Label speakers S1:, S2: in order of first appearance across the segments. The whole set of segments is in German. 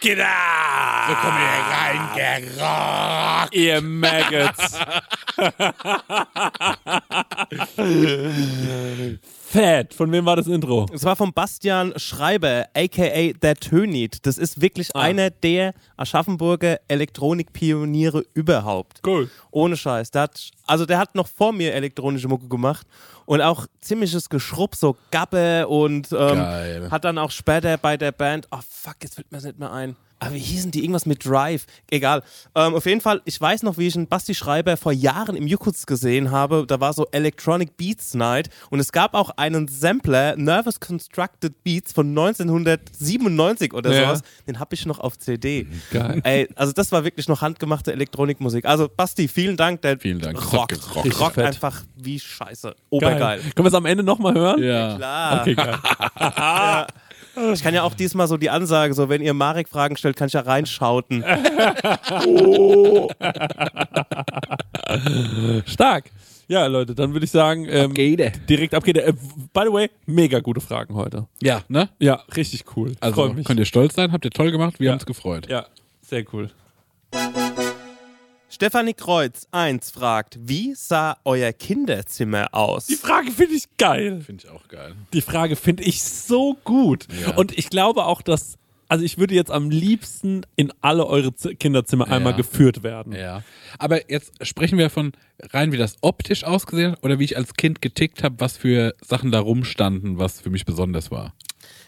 S1: geht ab!
S2: So kommen wir reingerockt.
S1: Ihr Maggots. Fett. Von wem war das Intro?
S3: Es war von Bastian Schreiber, a.k.a. Der Tönit. Das ist wirklich einer der Aschaffenburger Elektronikpioniere überhaupt.
S1: Cool.
S3: Ohne Scheiß. Der hat, also der hat noch vor mir elektronische Mucke gemacht und auch ziemliches Geschrupp, so Gappe und
S2: Geil.
S3: ähm, hat dann auch später bei der Band, oh fuck, jetzt fällt mir das nicht mehr ein. Aber wie hießen die? Irgendwas mit Drive. Egal. Ähm, auf jeden Fall, ich weiß noch, wie ich einen Basti Schreiber vor Jahren im Jukuts gesehen habe. Da war so Electronic Beats Night und es gab auch einen Sampler, Nervous Constructed Beats von 1997 oder
S1: Ja.
S3: sowas. Den habe ich noch auf CD.
S2: Geil.
S3: Ey, also das war wirklich noch handgemachte Elektronikmusik. Also Basti, vielen Dank. Der
S2: Vielen Dank. Das hat
S3: Rockt,
S2: gerockt.
S3: rockt,
S1: Richtig fett.
S3: einfach wie scheiße. Obergeil.
S1: Können wir es am Ende nochmal hören? Ah.
S2: Ja.
S3: Klar.
S1: Okay, geil.
S3: Ich kann ja auch diesmal so die Ansage, so wenn ihr Marek Fragen stellt, kann ich ja reinschauten.
S1: Stark. Ja, Leute, dann würde ich sagen, ähm,
S2: Geht.
S1: direkt abgeht. Äh, by the way, mega gute Fragen heute.
S2: Ja, ne?
S1: Ja, richtig cool.
S2: Also
S1: Freut mich.
S2: könnt ihr stolz sein, habt ihr toll gemacht, wir
S1: Ja.
S2: haben uns gefreut.
S1: Ja, sehr cool.
S3: Stefanie Kreuz 1 fragt, wie sah euer Kinderzimmer aus?
S1: Die Frage finde ich geil.
S2: Finde ich auch geil.
S1: Die Frage finde ich so gut.
S2: Ja.
S1: Und ich glaube auch, dass. Also ich würde jetzt am liebsten in alle eure Z Kinderzimmer einmal
S2: Ja.
S1: geführt werden.
S2: Ja. Aber jetzt sprechen wir von rein, wie das optisch ausgesehen hat oder wie ich als Kind getickt habe, was für Sachen da rumstanden, was für mich besonders war.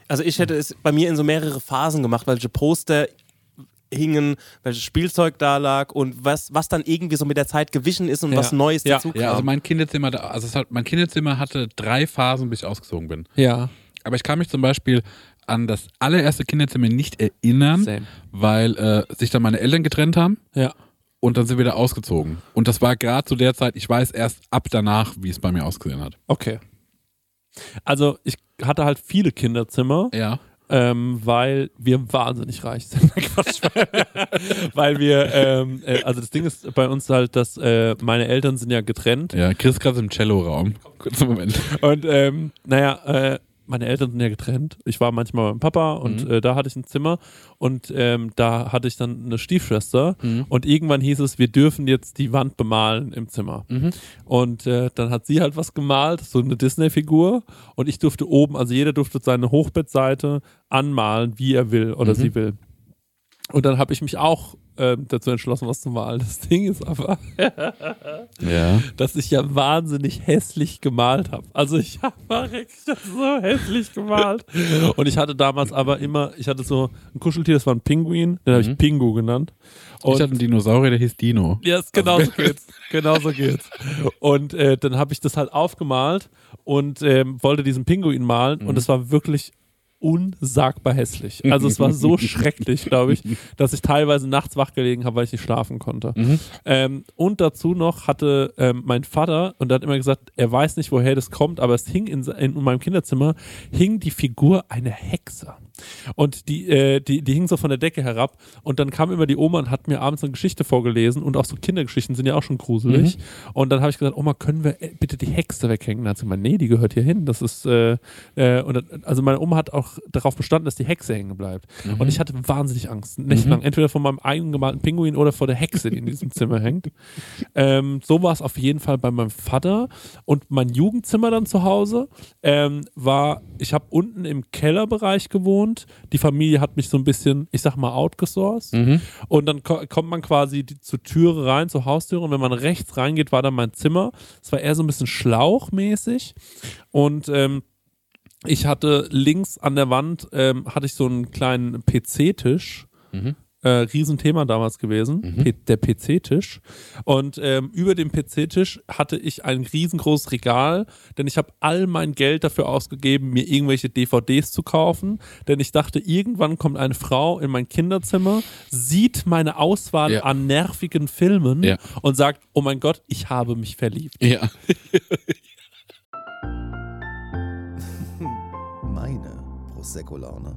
S3: Also ich hätte es bei mir in so mehrere Phasen gemacht, welche Poster hingen, welches Spielzeug da lag und was, was dann irgendwie so mit der Zeit gewichen ist und
S1: Ja.
S3: was Neues
S1: Ja.
S3: dazu kam.
S2: Ja, also mein Kinderzimmer, da- also es hat, mein Kinderzimmer hatte drei Phasen, bis ich ausgezogen bin.
S1: Ja.
S2: Aber ich kann mich zum Beispiel an das allererste Kinderzimmer nicht erinnern,
S1: Same.
S2: weil äh, sich dann meine Eltern getrennt haben
S1: Ja.
S2: und dann sind wir da ausgezogen. Und das war gerade zu der Zeit, ich weiß erst ab danach, wie es bei mir ausgesehen hat.
S1: Okay. Also ich hatte halt viele Kinderzimmer.
S2: Ja.
S1: ähm, weil wir wahnsinnig reich sind. Quatsch, weil- weil wir, ähm, äh, also das Ding ist bei uns halt, dass äh, meine Eltern sind ja getrennt
S2: Ja, Chris gerade im Cello-Raum. Kurzen Moment.
S1: und ähm, naja, äh, meine Eltern sind ja getrennt. Ich war manchmal beim Papa und äh, da hatte ich ein Zimmer und ähm, da hatte ich dann eine Stiefschwester und irgendwann hieß es, wir dürfen jetzt die Wand bemalen im Zimmer. Und äh, dann hat sie halt was gemalt, so eine Disney-Figur und ich durfte oben, also jeder durfte seine Hochbettseite anmalen, wie er will oder sie will. Und dann habe ich mich auch ähm, dazu entschlossen, was zu malen. Das Ding ist aber,
S2: Ja.
S1: dass ich ja wahnsinnig hässlich gemalt habe. Also ich habe so hässlich gemalt. Und ich hatte damals aber immer, ich hatte so ein Kuscheltier, das war ein Pinguin, den habe ich Pingu genannt. Und
S2: ich hatte einen Dinosaurier, der hieß Dino.
S1: ja, yes, genau so geht's. Genau so geht's. Und äh, dann habe ich das halt aufgemalt und ähm, wollte diesen Pinguin malen und es war wirklich unsagbar hässlich. Also es war so schrecklich, glaube ich, dass ich teilweise nachts wach gelegen habe, weil ich nicht schlafen konnte. Ähm, und dazu noch hatte ähm, mein Vater, und der hat immer gesagt, er weiß nicht, woher das kommt, aber es hing in, se- in meinem Kinderzimmer, hing die Figur einer Hexe. Und die, äh, die, die hing so von der Decke herab. Und dann kam immer die Oma und hat mir abends eine Geschichte vorgelesen. Und auch so Kindergeschichten sind ja auch schon gruselig. Und dann habe ich gesagt, Oma, können wir äh, bitte die Hexe weghängen? Dann hat sie gemeint, nee, die gehört hier hin. Das ist, äh, äh, und dann, also meine Oma hat auch darauf bestanden, dass die Hexe hängen bleibt. Und ich hatte wahnsinnig Angst. Nächtelang. Entweder von meinem eigenen gemalten Pinguin oder vor der Hexe, die in diesem Zimmer hängt. Ähm, so war es auf jeden Fall bei meinem Vater. Und mein Jugendzimmer dann zu Hause ähm, war, ich habe unten im Kellerbereich gewohnt. Die Familie hat mich so ein bisschen, ich sag mal, outgesourced. Und dann ko kommt man quasi die, zur Türe rein, zur Haustüre. Und wenn man rechts reingeht, war dann mein Zimmer. Es war eher so ein bisschen schlauchmäßig. Und ähm, ich hatte links an der Wand, ähm, hatte ich so einen kleinen PC-Tisch.
S2: Mhm.
S1: Äh, Riesenthema damals gewesen, P der PC-Tisch. Und ähm, über dem PC-Tisch hatte ich ein riesengroßes Regal, denn ich habe all mein Geld dafür ausgegeben, mir irgendwelche DVDs zu kaufen, denn ich dachte, irgendwann kommt eine Frau in mein Kinderzimmer, sieht meine Auswahl
S2: Ja.
S1: an nervigen Filmen
S2: Ja.
S1: und sagt, oh mein Gott, ich habe mich verliebt.
S2: Ja.
S4: Meine Prosecco-Laune.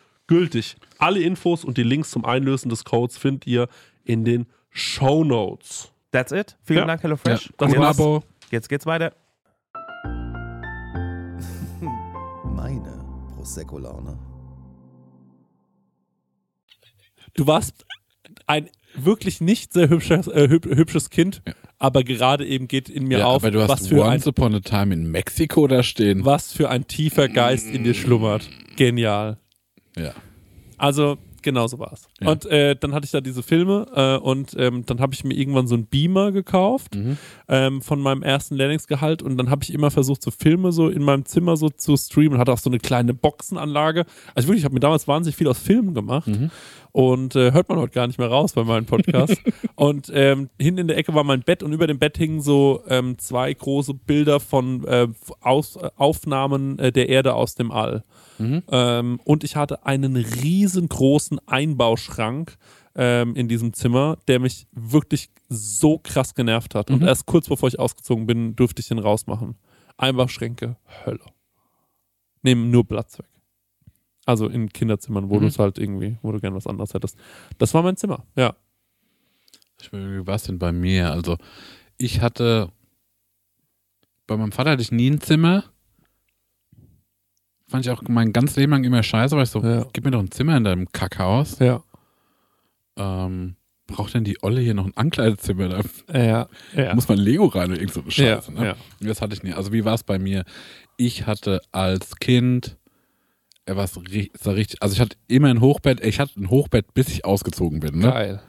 S1: gültig. Alle Infos und die Links zum Einlösen des Codes findet ihr in den Show Notes.
S3: That's it. Vielen
S1: Ja.
S3: Dank, HelloFresh.
S2: ja. das
S3: Und
S2: ist ein
S3: jetzt,
S2: Abo.
S3: jetzt geht's weiter.
S4: Meine Prosecco-Laune.
S1: Du warst ein wirklich nicht sehr hübsches, äh, hüb, hübsches Kind, aber gerade eben geht in mir auf,
S2: aber du hast
S1: was für, ein,
S2: Once Upon a Time in Mexiko da stehen.
S1: was für ein tiefer Geist in dir schlummert. Genial.
S2: Mm. Ja.
S1: Also genau so war es.
S2: Ja.
S1: Und äh, dann hatte ich da diese Filme äh, und ähm, dann habe ich mir irgendwann so einen Beamer gekauft
S2: Mhm.
S1: ähm, von meinem ersten Lehrlingsgehalt und dann habe ich immer versucht, so Filme so in meinem Zimmer so zu streamen und hatte auch so eine kleine Boxenanlage. Also wirklich, ich habe mir damals wahnsinnig viel aus Filmen gemacht
S2: Mhm.
S1: und äh, hört man heute gar nicht mehr raus bei meinem Podcast. und ähm, hinten in der Ecke war mein Bett und über dem Bett hingen so ähm, zwei große Bilder von äh, aus, Aufnahmen äh, der Erde aus dem All. Ähm, und ich hatte einen riesengroßen Einbauschrank ähm, in diesem Zimmer, der mich wirklich so krass genervt hat. Und erst kurz bevor ich ausgezogen bin, durfte ich den rausmachen. Einbauschränke, Hölle. Nehmen nur Platz weg. Also in Kinderzimmern,
S2: Mhm.
S1: wo du es halt irgendwie, wo du gern was anderes hättest. Das war mein Zimmer, ja.
S2: Ich will, wie war es denn bei mir? Also, ich hatte. Bei meinem Vater hatte ich nie ein Zimmer. Fand ich auch mein ganzes Leben lang immer scheiße, weil ich so,
S1: Ja.
S2: gib mir doch ein Zimmer in deinem Kackhaus.
S1: Ja.
S2: Ähm, braucht denn die Olle hier noch ein Ankleidezimmer? Da
S1: Ja. ja.
S2: muss man Lego rein oder irgend so eine Scheiße.
S1: Ja,
S2: ne?
S1: ja.
S2: Das hatte ich nie. Also wie war es bei mir? Ich hatte als Kind er war richtig, also ich hatte immer ein Hochbett, ich hatte ein Hochbett, bis ich ausgezogen bin. Ne?
S1: Geil.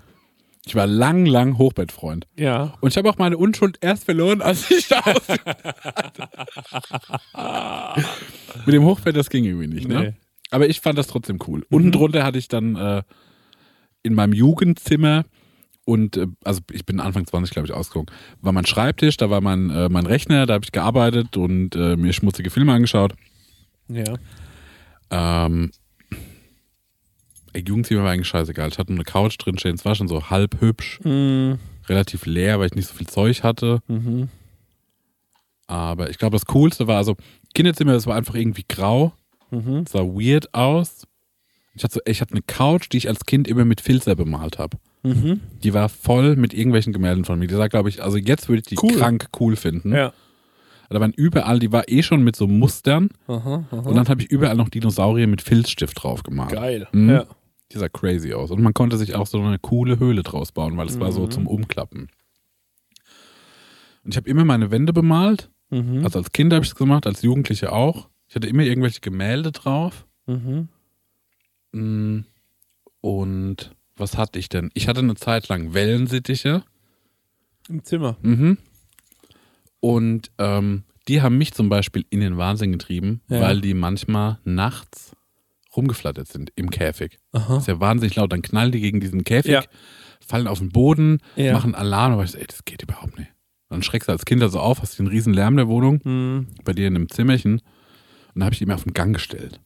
S2: Ich war lang, lang Hochbettfreund.
S1: Ja.
S2: Und ich habe auch meine Unschuld erst verloren, als ich da aus- Mit dem Hochbett, das ging irgendwie nicht, ne?
S1: Nee.
S2: Aber ich fand das trotzdem cool. Unten drunter hatte ich dann äh, in meinem Jugendzimmer und äh, also ich bin Anfang 20, glaube ich, ausgegangen, war mein Schreibtisch, da war mein, äh, mein Rechner, da habe ich gearbeitet und äh, mir schmutzige Filme angeschaut.
S1: Ja.
S2: Ähm, Jugendzimmer war eigentlich scheißegal. Ich hatte eine Couch drin stehen, es war schon so halb hübsch, Mhm. relativ leer, weil ich nicht so viel Zeug hatte.
S1: Mhm.
S2: Aber ich glaube, das Coolste war, also Kinderzimmer, das war einfach irgendwie grau,
S1: Mhm.
S2: sah weird aus. Ich hatte, so, ich hatte eine Couch, die ich als Kind immer mit Filzer bemalt habe.
S1: Mhm.
S2: Die war voll mit irgendwelchen Gemälden von mir. Die sah, glaube ich, also jetzt würde ich die
S1: Cool.
S2: krank cool finden.
S1: Ja.
S2: Da waren überall, die war eh schon mit so Mustern. Und dann habe ich überall noch Dinosaurier mit Filzstift drauf gemalt.
S1: Geil.
S2: Mhm.
S1: Ja.
S2: Die sah crazy aus. Und man konnte sich auch so eine coole Höhle draus bauen, weil es war so zum Umklappen. Und ich habe immer meine Wände bemalt.
S1: Mhm.
S2: Also als Kind habe ich es gemacht, als Jugendliche auch. Ich hatte immer irgendwelche Gemälde drauf.
S1: mhm.
S2: Mm. Und was hatte ich denn? Ich hatte eine Zeit lang Wellensittiche.
S1: Im Zimmer.
S2: Mhm. Und ähm, die haben mich zum Beispiel in den Wahnsinn getrieben,
S1: Ja.
S2: weil die manchmal nachts rumgeflattert sind im Käfig. Ist ja wahnsinnig laut. Dann knallen die gegen diesen Käfig,
S1: Ja.
S2: fallen auf den Boden,
S1: Ja.
S2: machen Alarm. Aber ich so, ey, das geht überhaupt nicht. Dann schreckst du als Kind da so auf, hast den riesen Lärm der Wohnung
S1: Mhm.
S2: bei dir in einem Zimmerchen. Und dann habe ich die immer auf den Gang gestellt.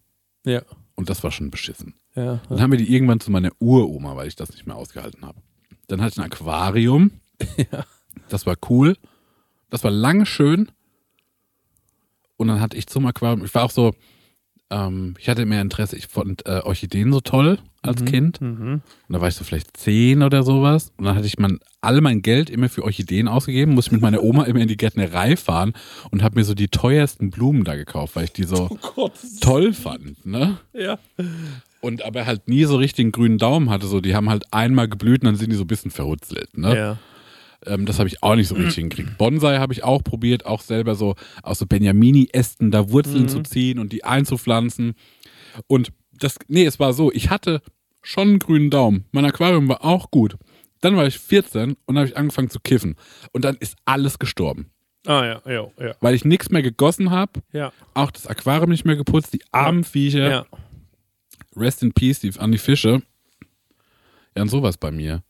S1: Ja.
S2: Und das war schon beschissen.
S1: Ja.
S2: Dann haben wir die irgendwann zu meiner Uroma, weil ich das nicht mehr ausgehalten habe. Dann hatte ich ein Aquarium. Das war cool. Das war lange schön. Und dann hatte ich zum Aquarium, ich war auch so, ähm, ich hatte mehr Interesse, ich fand äh, Orchideen so toll als
S1: Mhm.
S2: Kind. Und da war ich so vielleicht zehn oder sowas. Und dann hatte ich mein, all mein Geld immer für Orchideen ausgegeben, musste mit meiner Oma immer in die Gärtnerei fahren und habe mir so die teuersten Blumen da gekauft, weil ich die so
S1: Gott.
S2: toll fand. Ne?
S1: Ja.
S2: Und aber halt nie so richtig einen grünen Daumen hatte. So, die haben halt einmal geblüht und dann sind die so ein bisschen verhutzelt. Ne?
S1: Ja.
S2: Ähm, das habe ich auch nicht so richtig hingekriegt. Bonsai habe ich auch probiert, auch selber so aus so Benjamini-Ästen da Wurzeln zu ziehen und die einzupflanzen. Und das, nee, es war so, ich hatte schon einen grünen Daumen. Mein Aquarium war auch gut. Dann war ich 14 und habe ich angefangen zu kiffen. Und dann ist alles gestorben,
S1: Ah, ja. Ja. Ja.
S2: weil ich nichts mehr gegossen habe,
S1: Ja.
S2: auch das Aquarium nicht mehr geputzt, die armen Viecher.
S1: ja.
S2: Rest in Peace die, an die Fische. Ja, und sowas bei mir.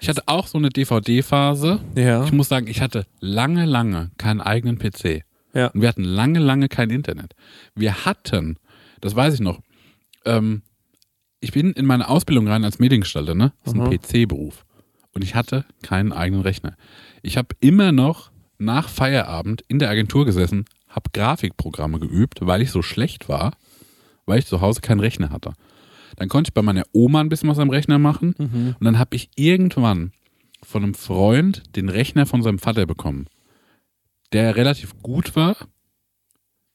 S2: Ich hatte auch so eine DVD-Phase.
S1: Ja.
S2: Ich muss sagen, ich hatte lange, lange keinen eigenen PC.
S1: Ja.
S2: Und wir hatten lange, lange kein Internet. Wir hatten, das weiß ich noch, ähm, ich bin in meine Ausbildung rein als Mediengestalter, ne? Das ist ein PC-Beruf. Und ich hatte keinen eigenen Rechner. Ich habe immer noch nach Feierabend in der Agentur gesessen, habe Grafikprogramme geübt, weil ich so schlecht war, weil ich zu Hause keinen Rechner hatte. Dann konnte ich bei meiner Oma ein bisschen was am Rechner machen und dann habe ich irgendwann von einem Freund den Rechner von seinem Vater bekommen, der relativ gut war,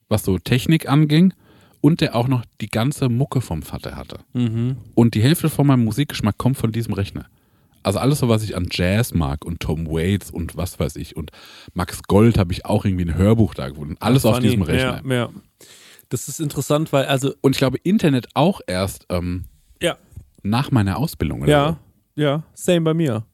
S2: was so Technik anging und der auch noch die ganze Mucke vom Vater hatte.
S1: Mhm.
S2: Und die Hälfte von meinem Musikgeschmack kommt von diesem Rechner. Also alles so, was ich an Jazz mag und Tom Waits und was weiß ich und Max Gold habe ich auch irgendwie ein Hörbuch da gefunden. Alles auf
S1: Funny.
S2: diesem Rechner.
S1: Ja. ja. Das ist interessant, weil, also,
S2: Und ich glaube, Internet auch erst ähm,
S1: ja.
S2: nach meiner Ausbildung. Oder
S1: Ja.
S2: so.
S1: Ja. Same bei mir.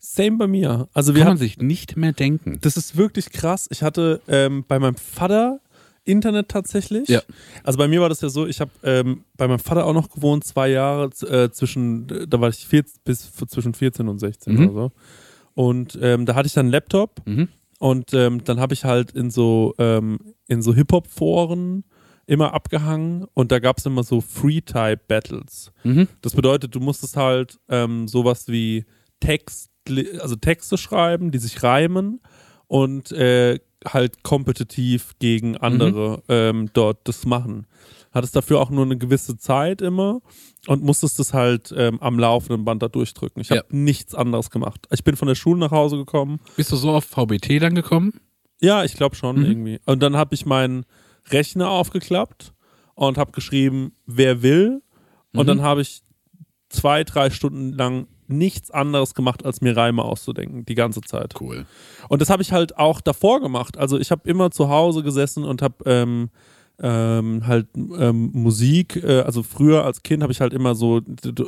S1: Same bei mir. Also, wir
S2: Kann
S1: hatten.
S2: man sich nicht mehr denken.
S1: Das ist wirklich krass. Ich hatte ähm, bei meinem Vater Internet tatsächlich.
S2: Ja.
S1: Also bei mir war das ja so, ich habe ähm, bei meinem Vater auch noch gewohnt, zwei Jahre z- äh, zwischen, da war ich 14, bis f- zwischen 14 und 16
S2: Mhm.
S1: oder so. Und ähm, da hatte ich dann einen Laptop
S2: Mhm.
S1: und ähm, dann habe ich halt in so, ähm, in so Hip-Hop-Foren immer abgehangen und da gab es immer so Free-Type-Battles.
S2: Mhm.
S1: Das bedeutet, du musstest halt ähm, sowas wie Text, also Texte schreiben, die sich reimen und äh, halt kompetitiv gegen andere ähm, dort das machen. Hattest dafür auch nur eine gewisse Zeit immer und musstest das halt ähm, am laufenden Band da durchdrücken. Ich habe
S2: Ja.
S1: nichts anderes gemacht. Ich bin von der Schule nach Hause gekommen.
S2: Bist du so auf VBT dann gekommen?
S1: Ja, ich glaube schon
S2: Mhm.
S1: irgendwie. Und dann habe ich meinen Rechner aufgeklappt und habe geschrieben, wer will. Und
S2: Mhm.
S1: dann habe ich zwei, drei Stunden lang nichts anderes gemacht, als mir Reime auszudenken, die ganze Zeit.
S2: Cool.
S1: Und das habe ich halt auch davor gemacht. Also ich habe immer zu Hause gesessen und habe ähm, ähm, halt ähm, Musik. Äh, also früher als Kind habe ich halt immer so,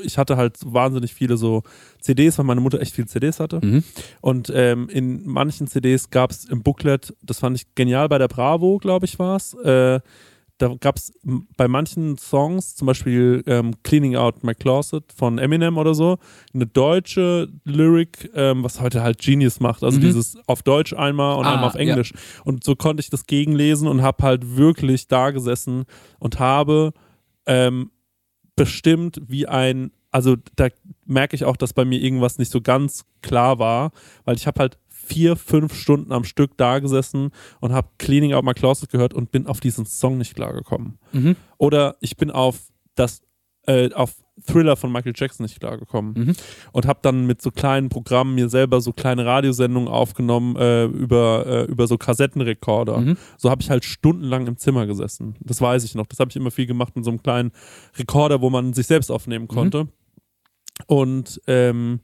S1: ich hatte halt wahnsinnig viele so CDs, weil meine Mutter echt viele CDs hatte.
S2: Mhm.
S1: Und ähm, in manchen CDs gab es im Booklet, das fand ich genial bei der Bravo, glaube ich, war es. Äh, da gab es bei manchen Songs, zum Beispiel ähm, Cleaning Out My Closet von Eminem oder so, eine deutsche Lyric, ähm, was heute halt Genius macht. Also
S2: Mhm.
S1: dieses auf Deutsch einmal und
S2: Ah,
S1: einmal auf
S2: ja.
S1: Englisch. Und so konnte ich das gegenlesen und habe halt wirklich da gesessen und habe ähm, bestimmt wie ein, also da merke ich auch, dass bei mir irgendwas nicht so ganz klar war, weil ich habe halt vier, fünf Stunden am Stück da gesessen und habe Cleaning Out My Closet gehört und bin auf diesen Song nicht klargekommen.
S2: Mhm.
S1: Oder ich bin auf das, äh, auf Thriller von Michael Jackson nicht klargekommen
S2: Mhm.
S1: und habe dann mit so kleinen Programmen mir selber so kleine Radiosendungen aufgenommen äh, über, äh, über so Kassettenrekorder.
S2: Mhm.
S1: So habe ich halt stundenlang im Zimmer gesessen. Das weiß ich noch. Das habe ich immer viel gemacht mit so einem kleinen Rekorder, wo man sich selbst aufnehmen konnte. Und ähm,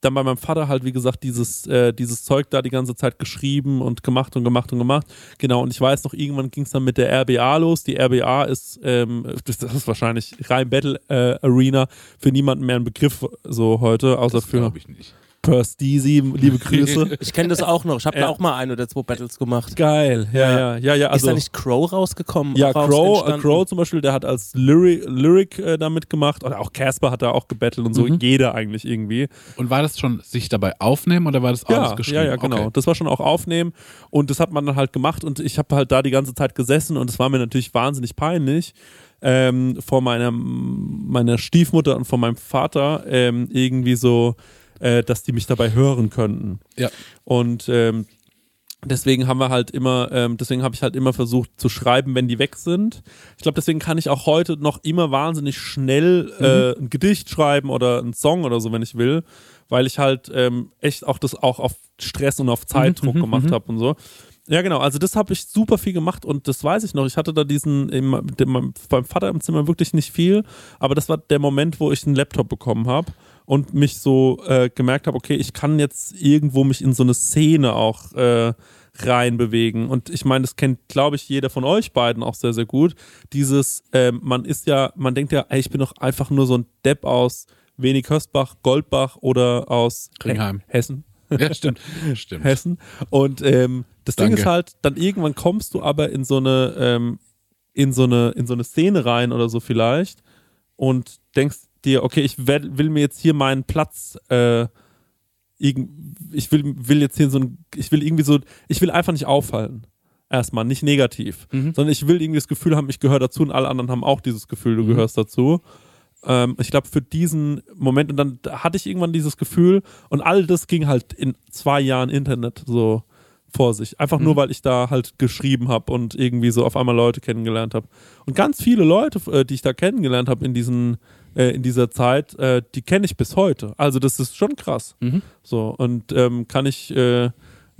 S1: dann bei meinem Vater halt, wie gesagt, dieses, äh, dieses Zeug da die ganze Zeit geschrieben und gemacht und gemacht und gemacht. Genau, und ich weiß noch, irgendwann ging es dann mit der RBA los. Die RBA ist, ähm, das, das ist wahrscheinlich rein Battle äh, Arena für niemanden mehr ein Begriff so heute, außer
S2: Das
S1: für
S2: glaube ich nicht.
S1: Perstisi, liebe Grüße.
S3: Ich kenne das auch noch. Ich habe
S1: Ja.
S3: da auch mal ein oder zwei Battles gemacht.
S1: Geil, ja, ja, ja, ja.
S3: ist da
S1: Also,
S3: nicht Crow rausgekommen?
S1: ja,
S3: raus
S1: Crow, äh,
S3: entstanden?
S1: Crow zum Beispiel, der hat als Lyric, Lyric äh, da mitgemacht. Oder auch Casper hat da auch gebettelt und so.
S2: Mhm.
S1: Jeder eigentlich irgendwie.
S2: Und war das schon sich dabei aufnehmen oder war das alles
S1: Ja,
S2: geschrieben?
S1: ja, ja, genau.
S2: Okay.
S1: Das war schon auch aufnehmen und das hat man dann halt gemacht und ich habe halt da die ganze Zeit gesessen und es war mir natürlich wahnsinnig peinlich ähm, vor meiner, meiner Stiefmutter und vor meinem Vater ähm, irgendwie so, äh, dass die mich dabei hören könnten.
S2: Ja.
S1: Und ähm, deswegen haben wir halt immer, ähm, deswegen habe ich halt immer versucht zu schreiben, wenn die weg sind. Ich glaube, deswegen kann ich auch heute noch immer wahnsinnig schnell äh, ein Gedicht schreiben oder einen Song oder so, wenn ich will, weil ich halt ähm, echt auch das auch auf Stress und auf Zeitdruck gemacht habe und so. Ja, genau. Also das habe ich super viel gemacht und das weiß ich noch. Ich hatte da diesen, im, dem, beim Vater im Zimmer wirklich nicht viel, aber das war der Moment, wo ich einen Laptop bekommen habe und mich so äh, gemerkt habe, okay, ich kann jetzt irgendwo mich in so eine Szene auch äh, reinbewegen. Und ich meine, das kennt, glaube ich, jeder von euch beiden auch sehr, sehr gut. Dieses, ähm, man ist ja, man denkt ja, ey, ich bin doch einfach nur so ein Depp aus Wenig Hösbach, Goldbach oder aus
S2: Ringheim.
S1: Hessen.
S2: Ja, stimmt. stimmt.
S1: Hessen. Und ähm, das Ding
S2: Danke.
S1: ist halt, dann irgendwann kommst du aber in so eine, ähm, in so eine, in so eine Szene rein oder so vielleicht und denkst dir, okay, ich werd, will mir jetzt hier meinen Platz, äh, irg- ich will, will jetzt hier so ein, ich will irgendwie so, ich will einfach nicht auffallen. Erstmal, nicht negativ,
S2: Mhm.
S1: sondern ich will irgendwie das Gefühl haben, ich gehöre dazu und alle anderen haben auch dieses Gefühl,
S2: Mhm.
S1: du gehörst dazu. Ähm, ich glaube, für diesen Moment, und dann hatte ich irgendwann dieses Gefühl, und all das ging halt in zwei Jahren Internet so vor sich. Einfach nur, weil ich da halt geschrieben habe und irgendwie so auf einmal Leute kennengelernt habe. Und ganz viele Leute, äh, die ich da kennengelernt habe in diesen äh, in dieser Zeit, äh, die kenne ich bis heute. Also das ist schon krass. So und ähm, kann ich, äh,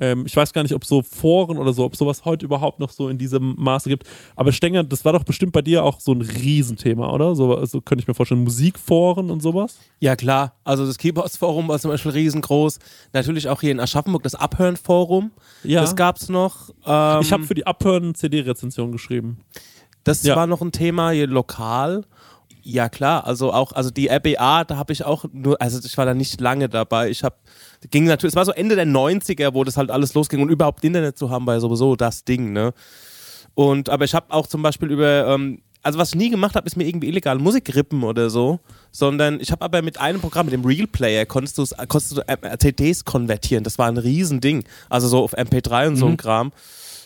S1: ähm, ich weiß gar nicht, ob so Foren oder so, ob sowas heute überhaupt noch so in diesem Maße gibt. Aber Stenger, das war doch bestimmt bei dir auch so ein Riesenthema, oder? So, so könnte ich mir vorstellen, Musikforen und sowas.
S3: Ja, klar. Also das Keyboards-Forum war zum Beispiel riesengroß. Natürlich auch hier in Aschaffenburg das Abhören-Forum.
S1: Ja.
S3: Das gab's noch. Ähm,
S1: Ich habe für die Abhören CD-Rezension geschrieben.
S3: Das
S1: Ja.
S3: war noch ein Thema hier lokal. Ja klar, also auch also die RBA, da habe ich auch nur also ich war da nicht lange dabei. Ich habe ging natürlich, es war so Ende der 90er, wo das halt alles losging und überhaupt Internet zu haben war ja sowieso das Ding, ne? Und aber ich habe auch zum Beispiel über ähm, also was ich nie gemacht habe, ist mir irgendwie illegal Musik rippen oder so, sondern ich habe aber mit einem Programm, mit dem Real Player, konntest, du's- konntest du äh, CDs konvertieren. Das war ein Riesending. Also so auf MP3 und so ein
S1: Mhm.
S3: Kram.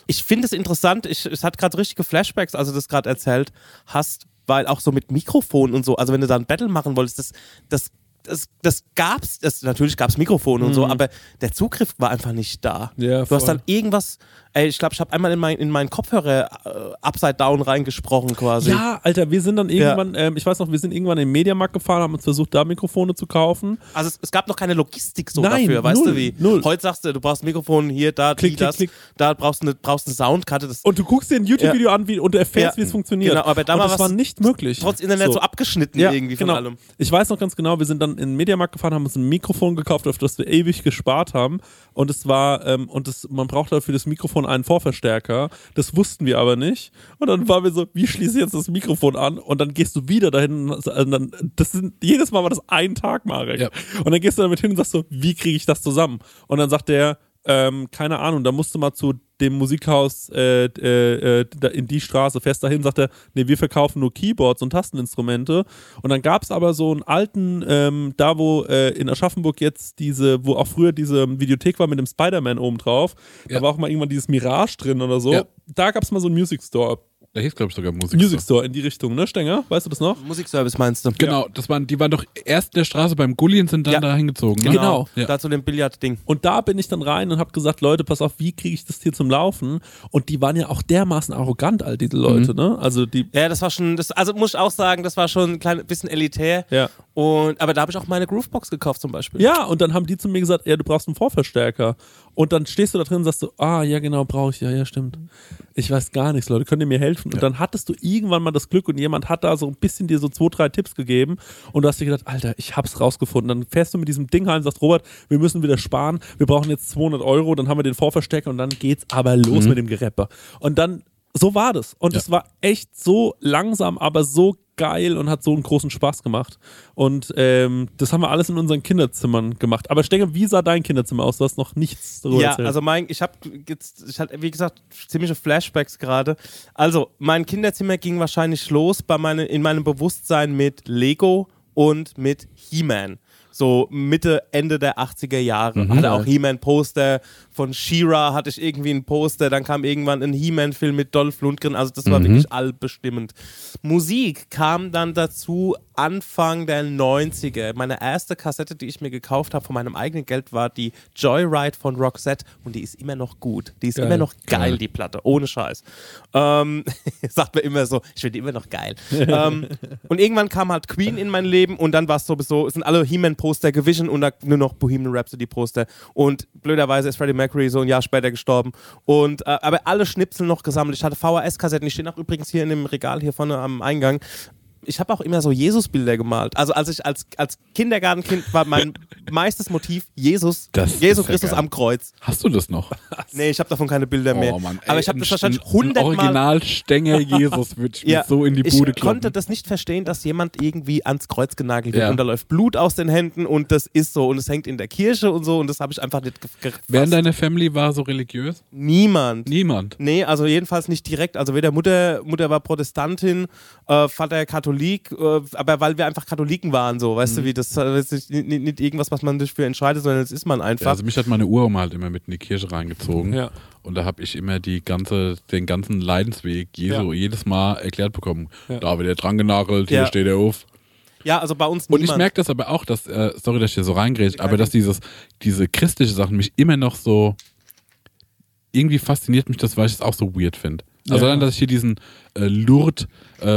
S3: Ich finde es interessant, ich, es hat gerade richtige Flashbacks, als du das gerade erzählt hast, weil auch so mit Mikrofon und so, also wenn du da ein Battle machen wolltest, das, das, das, das gab's, das, natürlich gab's Mikrofone und so, aber der Zugriff war einfach nicht da.
S1: Mhm. Ja,
S3: du hast
S1: voll.
S3: dann irgendwas, ey, ich glaube, ich habe einmal in, mein, in meinen Kopfhörer äh, upside down reingesprochen quasi.
S1: Ja, Alter, wir sind dann irgendwann, ähm, ich weiß noch, wir sind irgendwann in den Mediamarkt gefahren, haben uns versucht, da Mikrofone zu kaufen.
S3: Also es, es gab noch keine Logistik so
S1: Nein,
S3: dafür, weißt
S1: null,
S3: du wie?
S1: null.
S3: Heute sagst du, du brauchst ein Mikrofon hier, da,
S1: Klick,
S3: die,
S1: klick,
S3: das,
S1: klick.
S3: da brauchst du eine, brauchst eine Soundkarte, das
S1: Und du guckst dir ein YouTube-Video an wie, und erfährst,
S3: Ja.
S1: wie es funktioniert.
S3: Genau, aber damals
S1: und das war
S3: war's
S1: nicht möglich.
S3: trotz Internet so, abgeschnitten irgendwie von
S1: genau.
S3: allem.
S1: Ich weiß noch ganz genau, wir sind dann in den Mediamarkt gefahren, haben uns ein Mikrofon gekauft, auf das wir ewig gespart haben. Und es war, ähm, und das, man braucht dafür das Mikrofon einen Vorverstärker. Das wussten wir aber nicht. Und dann waren wir so, wie schließe ich jetzt das Mikrofon an? Und dann gehst du wieder dahin. und also dann, das sind, jedes Mal war das ein Tag, Marek.
S2: Ja.
S1: Und dann gehst du damit hin und sagst so, wie kriege ich das zusammen? Und dann sagt der, ähm, keine Ahnung, da musst du mal zu dem Musikhaus äh, äh, äh, da in die Straße fest dahin, sagt er, nee, wir verkaufen nur Keyboards und Tasteninstrumente. Und dann gab es aber so einen alten, ähm, da wo äh, in Aschaffenburg jetzt diese, wo auch früher diese Videothek war mit dem Spider-Man oben drauf, da
S2: Ja.
S1: war auch mal irgendwann dieses Mirage drin oder so.
S2: Ja.
S1: Da gab es mal so einen Music Store.
S2: Da hieß, glaube ich, sogar Musik.
S1: Music Store in die Richtung, ne, Stenger? Weißt du das noch?
S3: Musikservice meinst du?
S2: Genau, das waren, die waren doch erst in der Straße beim Gulli und sind dann
S3: Ja.
S2: da hingezogen. Ne?
S1: Genau.
S2: Ja.
S3: Dazu dem Billardding.
S1: Und da bin ich dann rein und habe gesagt, Leute, pass auf, wie kriege ich das hier zum Laufen? Und die waren ja auch dermaßen arrogant, all diese Leute,
S2: Mhm.
S1: ne? Also die,
S3: Ja, das war schon, das, also muss ich auch sagen, das war schon ein klein bisschen elitär.
S1: ja.
S3: Und, aber da habe ich auch meine Groovebox gekauft zum Beispiel.
S1: Ja, und dann haben die zu mir gesagt, ja, du brauchst einen Vorverstärker. Und dann stehst du da drin und sagst so, ah, ja, genau, brauche ich, ja, ja, stimmt. Ich weiß gar nichts, Leute, könnt ihr mir helfen? Und dann hattest du irgendwann mal das Glück und jemand hat da so ein bisschen dir so zwei, drei Tipps gegeben und du hast dir gedacht, Alter, ich hab's rausgefunden. Dann fährst du mit diesem Ding heim und sagst, Robert, wir müssen wieder sparen, wir brauchen jetzt 200 Euro, dann haben wir den Vorverstärker und dann geht's aber los mit dem Gereppe. Und dann, so war das. Und
S2: Ja.
S1: es war echt so langsam, aber so geil und hat so einen großen Spaß gemacht. Und ähm, das haben wir alles in unseren Kinderzimmern gemacht. Aber Stenger, wie sah dein Kinderzimmer aus? Du hast noch nichts darüber
S3: Ja,
S1: erzählt.
S3: also mein, ich habe jetzt, ich hatte, wie gesagt, ziemliche Flashbacks gerade. Also, mein Kinderzimmer ging wahrscheinlich los bei meine, in meinem Bewusstsein mit Lego und mit He-Man. So Mitte, Ende der 80er Jahre. hatte auch He-Man-Poster. Von She-Ra hatte ich irgendwie ein Poster. Dann kam irgendwann ein He-Man-Film mit Dolph Lundgren. Also, das war wirklich allbestimmend. Musik kam dann dazu Anfang der 90er. Meine erste Kassette, die ich mir gekauft habe von meinem eigenen Geld, war die Joyride von Roxette und die ist immer noch gut. Die ist
S1: Geil.
S3: immer noch geil, die Platte, ohne Scheiß. Ähm, sagt mir immer so, ich finde die immer noch geil. ähm, und irgendwann kam halt Queen in mein Leben und dann war es sowieso, es sind alle He-Man-Poster gewichen und dann nur noch Bohemian Rhapsody-Poster. Und blöderweise ist Freddie Mercury so ein Jahr später gestorben. Und äh, aber alle Schnipsel noch gesammelt. Ich hatte VHS-Kassetten, die stehen auch übrigens hier in dem Regal hier vorne am Eingang ich habe auch immer so Jesus-Bilder gemalt. Also als ich als, als Kindergartenkind war mein meistes Motiv Jesus.
S2: Das ist
S3: Jesus
S2: ja
S3: Christus
S2: geil. Oh
S3: am Kreuz.
S2: Hast du das noch?
S3: Nee, ich habe davon keine Bilder mehr. Aber ich habe das wahrscheinlich hundertmal.
S2: Original Stänger Jesus würde ich mir so in die
S3: ich
S2: Bude
S3: konnte
S2: kloppen.
S3: das nicht verstehen, dass jemand irgendwie ans Kreuz genagelt wird
S2: Ja.
S3: und da läuft Blut aus den Händen und das ist so und es hängt in der Kirche und so und das habe ich einfach nicht ge- gefasst.
S2: Wer in deiner Family war so religiös?
S3: Niemand.
S2: Niemand.
S3: Nee, also jedenfalls nicht direkt. Also weder Mutter, Mutter war Protestantin, äh, Vater Katholik, äh, aber weil wir einfach Katholiken waren, so, weißt
S2: Mhm.
S3: du, wie das, äh, das ist nicht, nicht, nicht irgendwas, was man sich für entscheidet, sondern das ist man
S2: Ja,
S3: einfach.
S2: also mich hat meine Uroma halt immer mit in die Kirche reingezogen.
S1: Ja.
S2: Und da habe ich immer die ganze, den ganzen Leidensweg Jesu
S1: Ja.
S2: jedes Mal erklärt bekommen.
S1: Ja.
S2: Da wird er dran genagelt, hier
S3: Ja.
S2: steht er auf.
S3: ja, also bei uns
S2: Und
S3: niemand.
S2: ich merke das aber auch, dass, äh, sorry, dass ich hier so reingrätsche, aber dass dieses, diese christliche Sachen mich immer noch so, irgendwie fasziniert mich das, weil ich es auch so weird finde. Also
S1: Ja.
S2: dann, dass ich hier diesen äh,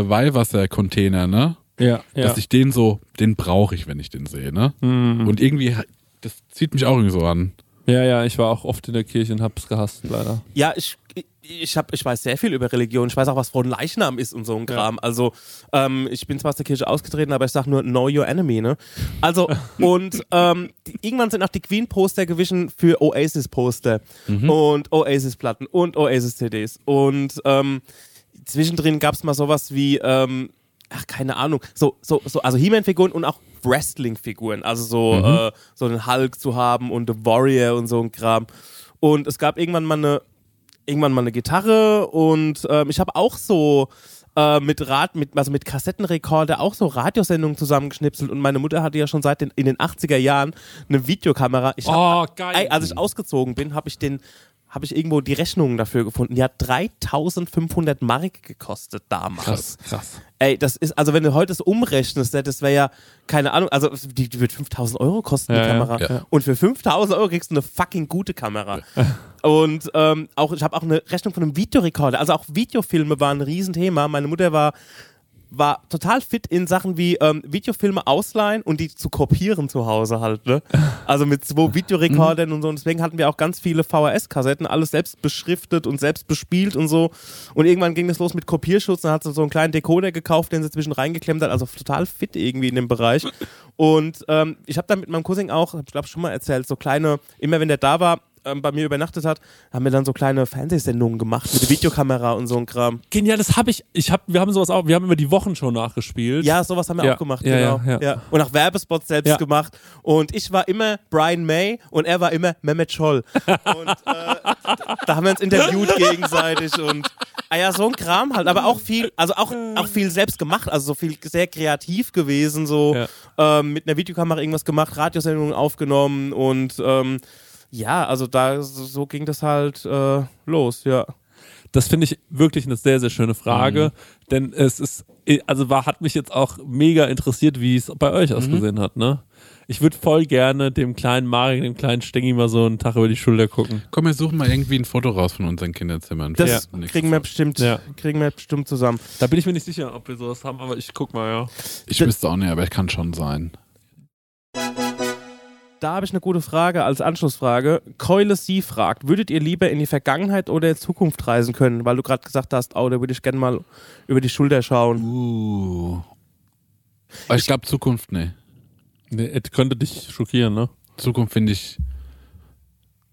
S2: Lourdes-Weihwasser-Container, ne?
S1: ja,
S2: Dass ich den so, den brauche ich, wenn ich den sehe, ne?
S3: Mhm.
S2: Und irgendwie, hat- das zieht mich auch irgendwie so an.
S1: ja, ja, ich war auch oft in der Kirche und hab's gehasst, leider.
S3: Ja, ich, ich, hab, ich weiß sehr viel über Religion. Ich weiß auch, was Frohen Leichnam ist und so ein Kram. Also, ähm, ich bin zwar aus der Kirche ausgetreten, aber ich sag nur Know Your Enemy, ne? Also, und ähm, die, irgendwann sind auch die Queen-Poster gewichen für Oasis-Poster und Oasis-Platten und Oasis-CDs. Und ähm, zwischendrin gab es mal sowas wie, ähm, ach, keine Ahnung, so, so, so also He-Man-Figuren und auch Wrestling-Figuren, also so, äh, so einen Hulk zu haben und The Warrior und so ein Kram. Und es gab irgendwann mal eine, irgendwann mal eine Gitarre und ähm, ich habe auch so äh, mit Rad, mit, also mit Kassettenrekorder auch so Radiosendungen zusammengeschnipselt und meine Mutter hatte ja schon seit den, in den 80er Jahren eine Videokamera. Ich hab
S1: Oh, geil.
S3: Ey, also als ich ausgezogen bin, habe ich den habe ich irgendwo die Rechnungen dafür gefunden. Die hat 3500 Mark gekostet damals.
S1: krass.
S3: Ey, das ist, also wenn du heute das umrechnest, ne, das wäre ja, keine Ahnung, also die, die wird 5000 Euro kosten,
S1: Ja,
S3: die
S1: ja,
S3: Kamera.
S2: ja.
S3: Und für 5000 Euro kriegst du eine fucking gute Kamera. Und ähm, auch, ich habe auch eine Rechnung von einem Videorekorder. Also auch Videofilme waren ein Riesenthema. Meine Mutter war war total fit in Sachen wie ähm, Videofilme ausleihen und die zu kopieren zu Hause halt, ne? Also mit zwei Videorekordern und so. Und deswegen hatten wir auch ganz viele VHS-Kassetten, alles selbst beschriftet und selbst bespielt und so. Und irgendwann ging es los mit Kopierschutz. Dann hat sie so einen kleinen Decoder gekauft, den sie zwischen reingeklemmt hat. Also total fit irgendwie in dem Bereich. Und ähm, ich habe dann mit meinem Cousin auch, ich glaube schon mal erzählt, so kleine, immer wenn der da war, ähm, bei mir übernachtet hat, haben wir dann so kleine Fernsehsendungen gemacht mit Videokamera und so ein Kram.
S1: Genial, das habe ich. ich hab, wir haben sowas auch, wir haben immer die Wochenshow nachgespielt.
S3: Ja, sowas haben wir
S1: Ja,
S3: auch gemacht,
S1: ja,
S3: genau.
S1: ja,
S3: Ja,
S1: ja.
S3: Und auch Werbespots selbst
S1: Ja.
S3: gemacht. Und ich war immer Brian May und er war immer Mehmet Scholl. Und äh, da haben wir uns interviewt gegenseitig und ah ja, so ein Kram halt, aber auch viel, also auch, auch viel selbst gemacht, also so viel sehr kreativ gewesen, so ähm, mit einer Videokamera irgendwas gemacht, Radiosendungen aufgenommen und ähm, ja, also da so- so ging das halt äh, los, ja.
S1: Das finde ich wirklich eine sehr, sehr schöne Frage, denn es ist, also war, hat mich jetzt auch mega interessiert, wie es bei euch ausgesehen hat, ne? Ich würde voll gerne dem kleinen Marek, dem kleinen Stengi mal so einen Tag über die Schulter gucken.
S2: Komm, wir suchen mal irgendwie ein Foto raus von unseren Kinderzimmern.
S3: Das
S2: Nächstes
S3: kriegen wir
S2: Mal.
S3: bestimmt,
S1: Ja.
S3: kriegen wir bestimmt zusammen.
S1: Da bin ich mir nicht sicher, ob wir sowas haben, aber ich guck mal, ja.
S2: Ich wüsste auch nicht, aber ich kann schon sein.
S3: Da habe ich eine gute Frage als Anschlussfrage. Keule Sie fragt, würdet ihr lieber in die Vergangenheit oder in Zukunft reisen können? Weil du gerade gesagt hast, oh, da würde ich gerne mal über die Schulter schauen.
S2: Uh. Aber ich glaube, Zukunft, ne.
S1: Nee, es könnte dich schockieren, ne?
S2: Zukunft finde ich.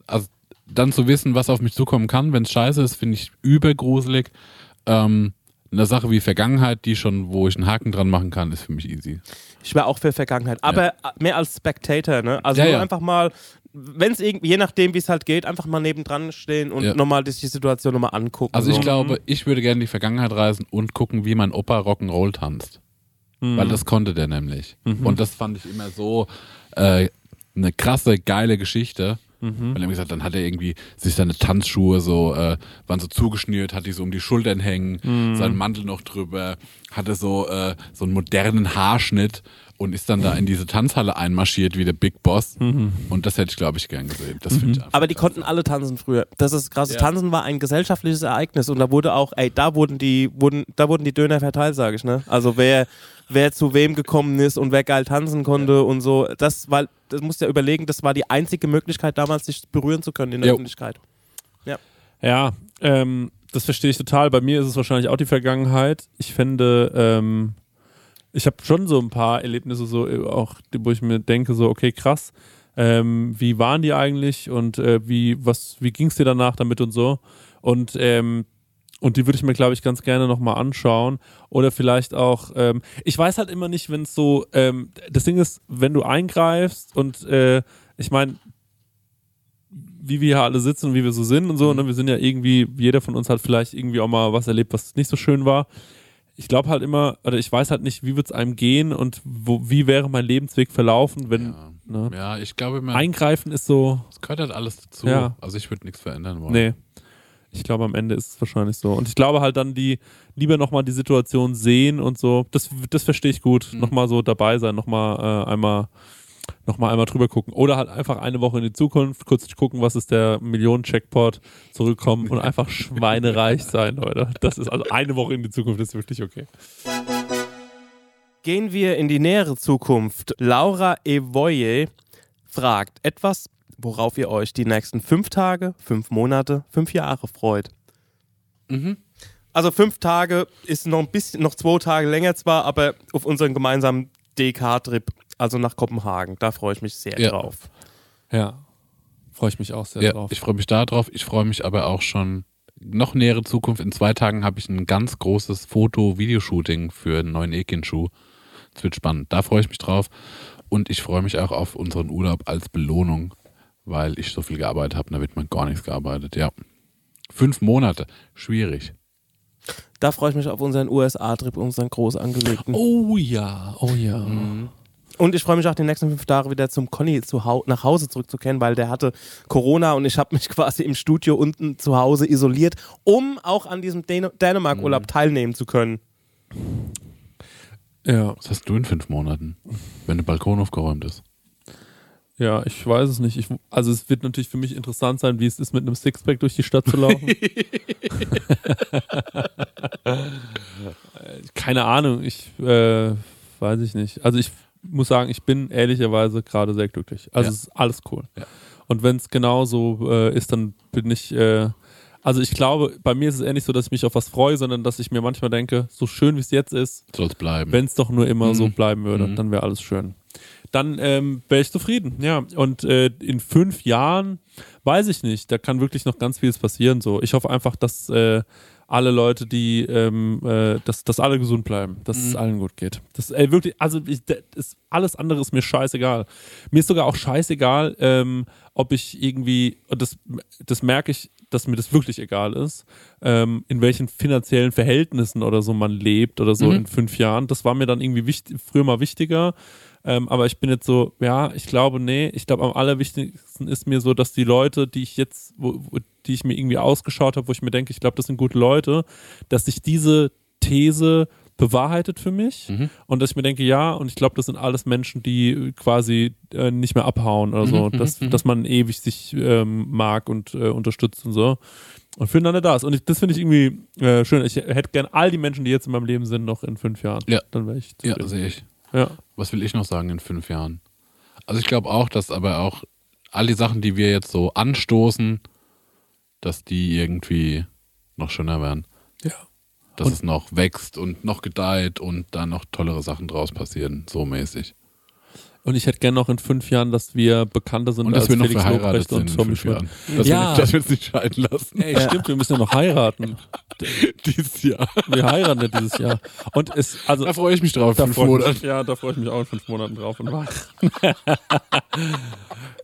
S2: Also, dann zu wissen, was auf mich zukommen kann, wenn es scheiße ist, finde ich übergruselig. Ähm, eine Sache wie Vergangenheit, die schon, wo ich einen Haken dran machen kann, ist für mich easy.
S3: Ich wäre auch für Vergangenheit, aber äh, mehr als Spectator, ne? Also
S2: Ja,
S3: nur
S2: ja.
S3: einfach mal, wenn es irgendwie, je nachdem, wie es halt geht, einfach mal nebendran stehen und
S2: Ja.
S3: nochmal sich die Situation nochmal angucken.
S2: Also, ich
S3: so.
S2: glaube, ich würde gerne in die Vergangenheit reisen und gucken, wie mein Opa Rock'n'Roll tanzt. Weil das konnte der nämlich. Und das fand ich immer so äh, eine krasse, geile Geschichte. Weil er mir gesagt, hat, dann hat er irgendwie sich seine Tanzschuhe so, äh, waren so zugeschnürt, hat die so um die Schultern hängen, seinen Mantel noch drüber, hatte so, äh, so einen modernen Haarschnitt und ist dann da in diese Tanzhalle einmarschiert wie der Big Boss. Und das hätte ich, glaube ich, gern gesehen. Das finde ich einfach.
S3: Aber die konnten alle tanzen früher. Das ist krass. Tanzen war ein gesellschaftliches Ereignis und da wurde auch, ey, da wurden die, wurden, da wurden die Döner verteilt, sage ich, ne? Also wer, wer zu wem gekommen ist und wer geil tanzen konnte und so. Das, weil, das musst du ja überlegen, das war die einzige Möglichkeit damals, sich berühren zu können in der
S2: Jo.
S3: Öffentlichkeit.
S1: Ja, ähm, das verstehe ich total. Bei mir ist es wahrscheinlich auch die Vergangenheit. Ich fände, ähm, ich habe schon so ein paar Erlebnisse, so äh, auch, die- wo ich mir denke, so, okay, krass, ähm, wie waren die eigentlich und äh, wie, was, wie ging es dir danach damit und so? Und ähm, und die würde ich mir, glaube ich, ganz gerne nochmal anschauen. Oder vielleicht auch, ähm, ich weiß halt immer nicht, wenn es so, ähm, das Ding ist, wenn du eingreifst und äh, ich meine, wie wir hier alle sitzen und wie wir so sind und so, ne? wir sind ja irgendwie, jeder von uns hat vielleicht irgendwie auch mal was erlebt, was nicht so schön war. Ich glaube halt immer, oder ich weiß halt nicht, wie wird es einem gehen und wo, wie wäre mein Lebensweg verlaufen, wenn ne?
S2: Ja, ich glaube, man,
S1: eingreifen ist so,
S2: es gehört halt alles dazu.
S1: Ja.
S2: Also, ich würde nichts verändern wollen.
S1: Nee. Ich glaube, am Ende ist es wahrscheinlich so. Und ich glaube halt dann, die lieber nochmal die Situation sehen und so. Das, das verstehe ich gut. Nochmal so dabei sein, nochmal äh, einmal, noch mal einmal drüber gucken. Oder halt einfach eine Woche in die Zukunft, kurz gucken, was ist der Millionen-Checkpot, zurückkommen und einfach schweinereich sein, Leute. Das ist also eine Woche in die Zukunft, ist wirklich okay.
S3: Gehen wir in die nähere Zukunft. Laura Evoye fragt etwas, worauf ihr euch die nächsten fünf Tage, fünf Monate, fünf Jahre freut.
S2: Mhm.
S3: Also fünf Tage ist noch ein bisschen, noch zwei Tage länger zwar, aber auf unseren gemeinsamen DK-Trip, also nach Kopenhagen, da freue ich mich sehr
S2: Ja.
S3: drauf.
S1: Ja. Freue ich mich auch sehr
S2: Ja,
S1: drauf.
S2: ich freue mich darauf. Ich freue mich aber auch schon noch nähere Zukunft. In zwei Tagen habe ich ein ganz großes Foto-Videoshooting für einen neuen Ekin-Schuh. Das wird spannend. Da freue ich mich drauf. Und ich freue mich auch auf unseren Urlaub als Belohnung, weil ich so viel gearbeitet habe. Da wird man gar nichts gearbeitet. Ja. Fünf Monate. Schwierig.
S3: Da freue ich mich auf unseren USA-Trip, unseren groß angelegten.
S1: Oh ja, oh ja.
S3: Und ich freue mich auch, die nächsten fünf Tage wieder zum Conny zu hau nach Hause zurückzukehren, weil der hatte Corona und ich habe mich quasi im Studio unten zu Hause isoliert, um auch an diesem Dän
S1: Mhm.
S3: Dänemark-Urlaub teilnehmen zu können.
S1: Ja.
S2: Was hast du in fünf Monaten, wenn der Balkon aufgeräumt ist?
S1: Ja, ich weiß es nicht. Ich, also es wird natürlich für mich interessant sein, wie es ist, mit einem Sixpack durch die Stadt zu laufen. Keine Ahnung, ich äh, weiß ich nicht. Also ich muss sagen, ich bin ehrlicherweise gerade sehr glücklich. Also
S2: Ja.
S1: es ist alles cool.
S2: Ja.
S1: Und wenn es genau so äh, ist, dann bin ich. Äh, also ich glaube, bei mir ist es eher nicht so, dass ich mich auf was freue, sondern dass ich mir manchmal denke, so schön wie es jetzt ist,
S2: Soll es bleiben.
S1: wenn es doch nur immer so
S2: Mhm.
S1: bleiben würde,
S2: Mhm.
S1: dann wäre alles schön. Dann ähm, wäre ich zufrieden, ja. Und äh, in fünf Jahren weiß ich nicht, da kann wirklich noch ganz vieles passieren. So, ich hoffe einfach, dass äh, alle Leute, die, ähm, äh, dass, dass alle gesund bleiben, dass
S2: Mhm.
S1: es allen gut geht. Das äh, wirklich, also ich, da- ist, alles andere ist mir scheißegal. Mir ist sogar auch scheißegal, ähm, ob ich irgendwie, und das, das merke ich, dass mir das wirklich egal ist, ähm, in welchen finanziellen Verhältnissen oder so man lebt oder so in fünf Jahren. Das war mir dann irgendwie wichtig, früher mal wichtiger. Ähm, aber ich bin jetzt so, ja, ich glaube, nee, ich glaube, am allerwichtigsten ist mir so, dass die Leute, die ich jetzt, wo, wo, die ich mir irgendwie ausgeschaut habe, wo ich mir denke, ich glaube, das sind gute Leute, dass sich diese These bewahrheitet für mich und dass ich mir denke, ja, und ich glaube, das sind alles Menschen, die quasi äh, nicht mehr abhauen oder so, dass, dass man ewig sich ähm, mag und äh, unterstützt und so. Und füreinander da ist. Und ich, das finde ich irgendwie äh, schön. Ich hätte gern all die Menschen, die jetzt in meinem Leben sind, noch in fünf Jahren.
S2: Ja.
S1: Dann wäre ich
S2: ja,
S1: zufrieden.
S2: sehe ich.
S1: ja.
S2: Was will ich noch sagen in fünf Jahren? Also ich glaube auch, dass aber auch all die Sachen, die wir jetzt so anstoßen, dass die irgendwie noch schöner werden.
S1: Ja.
S2: Dass es noch wächst und noch gedeiht und da noch tollere Sachen draus passieren, so mäßig.
S1: Und ich hätte gern noch in fünf Jahren, dass wir bekannter sind
S2: Und dass
S1: als
S2: wir noch
S1: also Felix
S2: verheiratet
S1: Lobrecht
S2: sind
S1: und
S2: in
S1: Tommy
S2: fünf
S1: Schmidt.
S2: Jahren. Dass wir
S1: Ja.
S2: nicht- dass wir uns nicht scheiden lassen.
S1: Ey, stimmt, wir müssen ja noch heiraten.
S2: Dieses Jahr.
S1: Wir heiraten ja dieses Jahr. Und es, also,
S2: Da freue ich mich drauf.
S1: da
S2: fünf
S1: freu ich mich-
S2: Monate.
S1: Ja, da freue ich mich auch in fünf Monaten drauf und warten.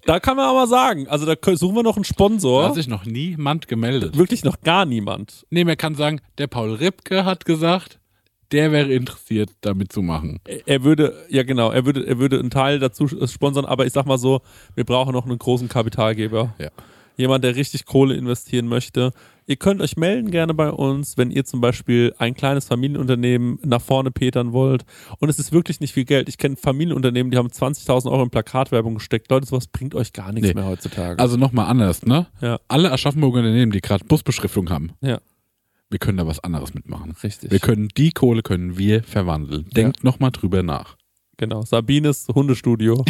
S1: da kann man aber sagen, also da kö- suchen wir noch einen
S2: Da
S1: Sponsor.
S2: hat sich noch niemand gemeldet.
S1: Wirklich noch gar niemand.
S2: Nee, man kann sagen, der Paul Ripke hat gesagt, der wäre interessiert, damit zu machen.
S1: Er er würde, ja genau, er würde, er würde einen Teil dazu äh, sponsern, aber ich sag mal so, wir brauchen noch einen großen Kapitalgeber.
S2: Ja.
S1: jemand, der richtig Kohle investieren möchte. Ihr könnt euch melden gerne bei uns, wenn ihr zum Beispiel ein kleines Familienunternehmen nach vorne petern wollt. Und es ist wirklich nicht viel Geld. Ich kenne Familienunternehmen, die haben 20.000 Euro in Plakatwerbung gesteckt. Leute, sowas bringt euch gar nichts
S2: Nee.
S1: mehr heutzutage.
S2: Also nochmal anders, ne?
S1: Ja.
S2: Alle Aschaffenburger Unternehmen, die gerade Busbeschriftung haben,
S1: ja,
S2: wir können da was anderes mitmachen.
S1: richtig.
S2: Wir können die Kohle können wir verwandeln. Denkt noch nochmal drüber nach.
S1: genau. Sabines Hundestudio.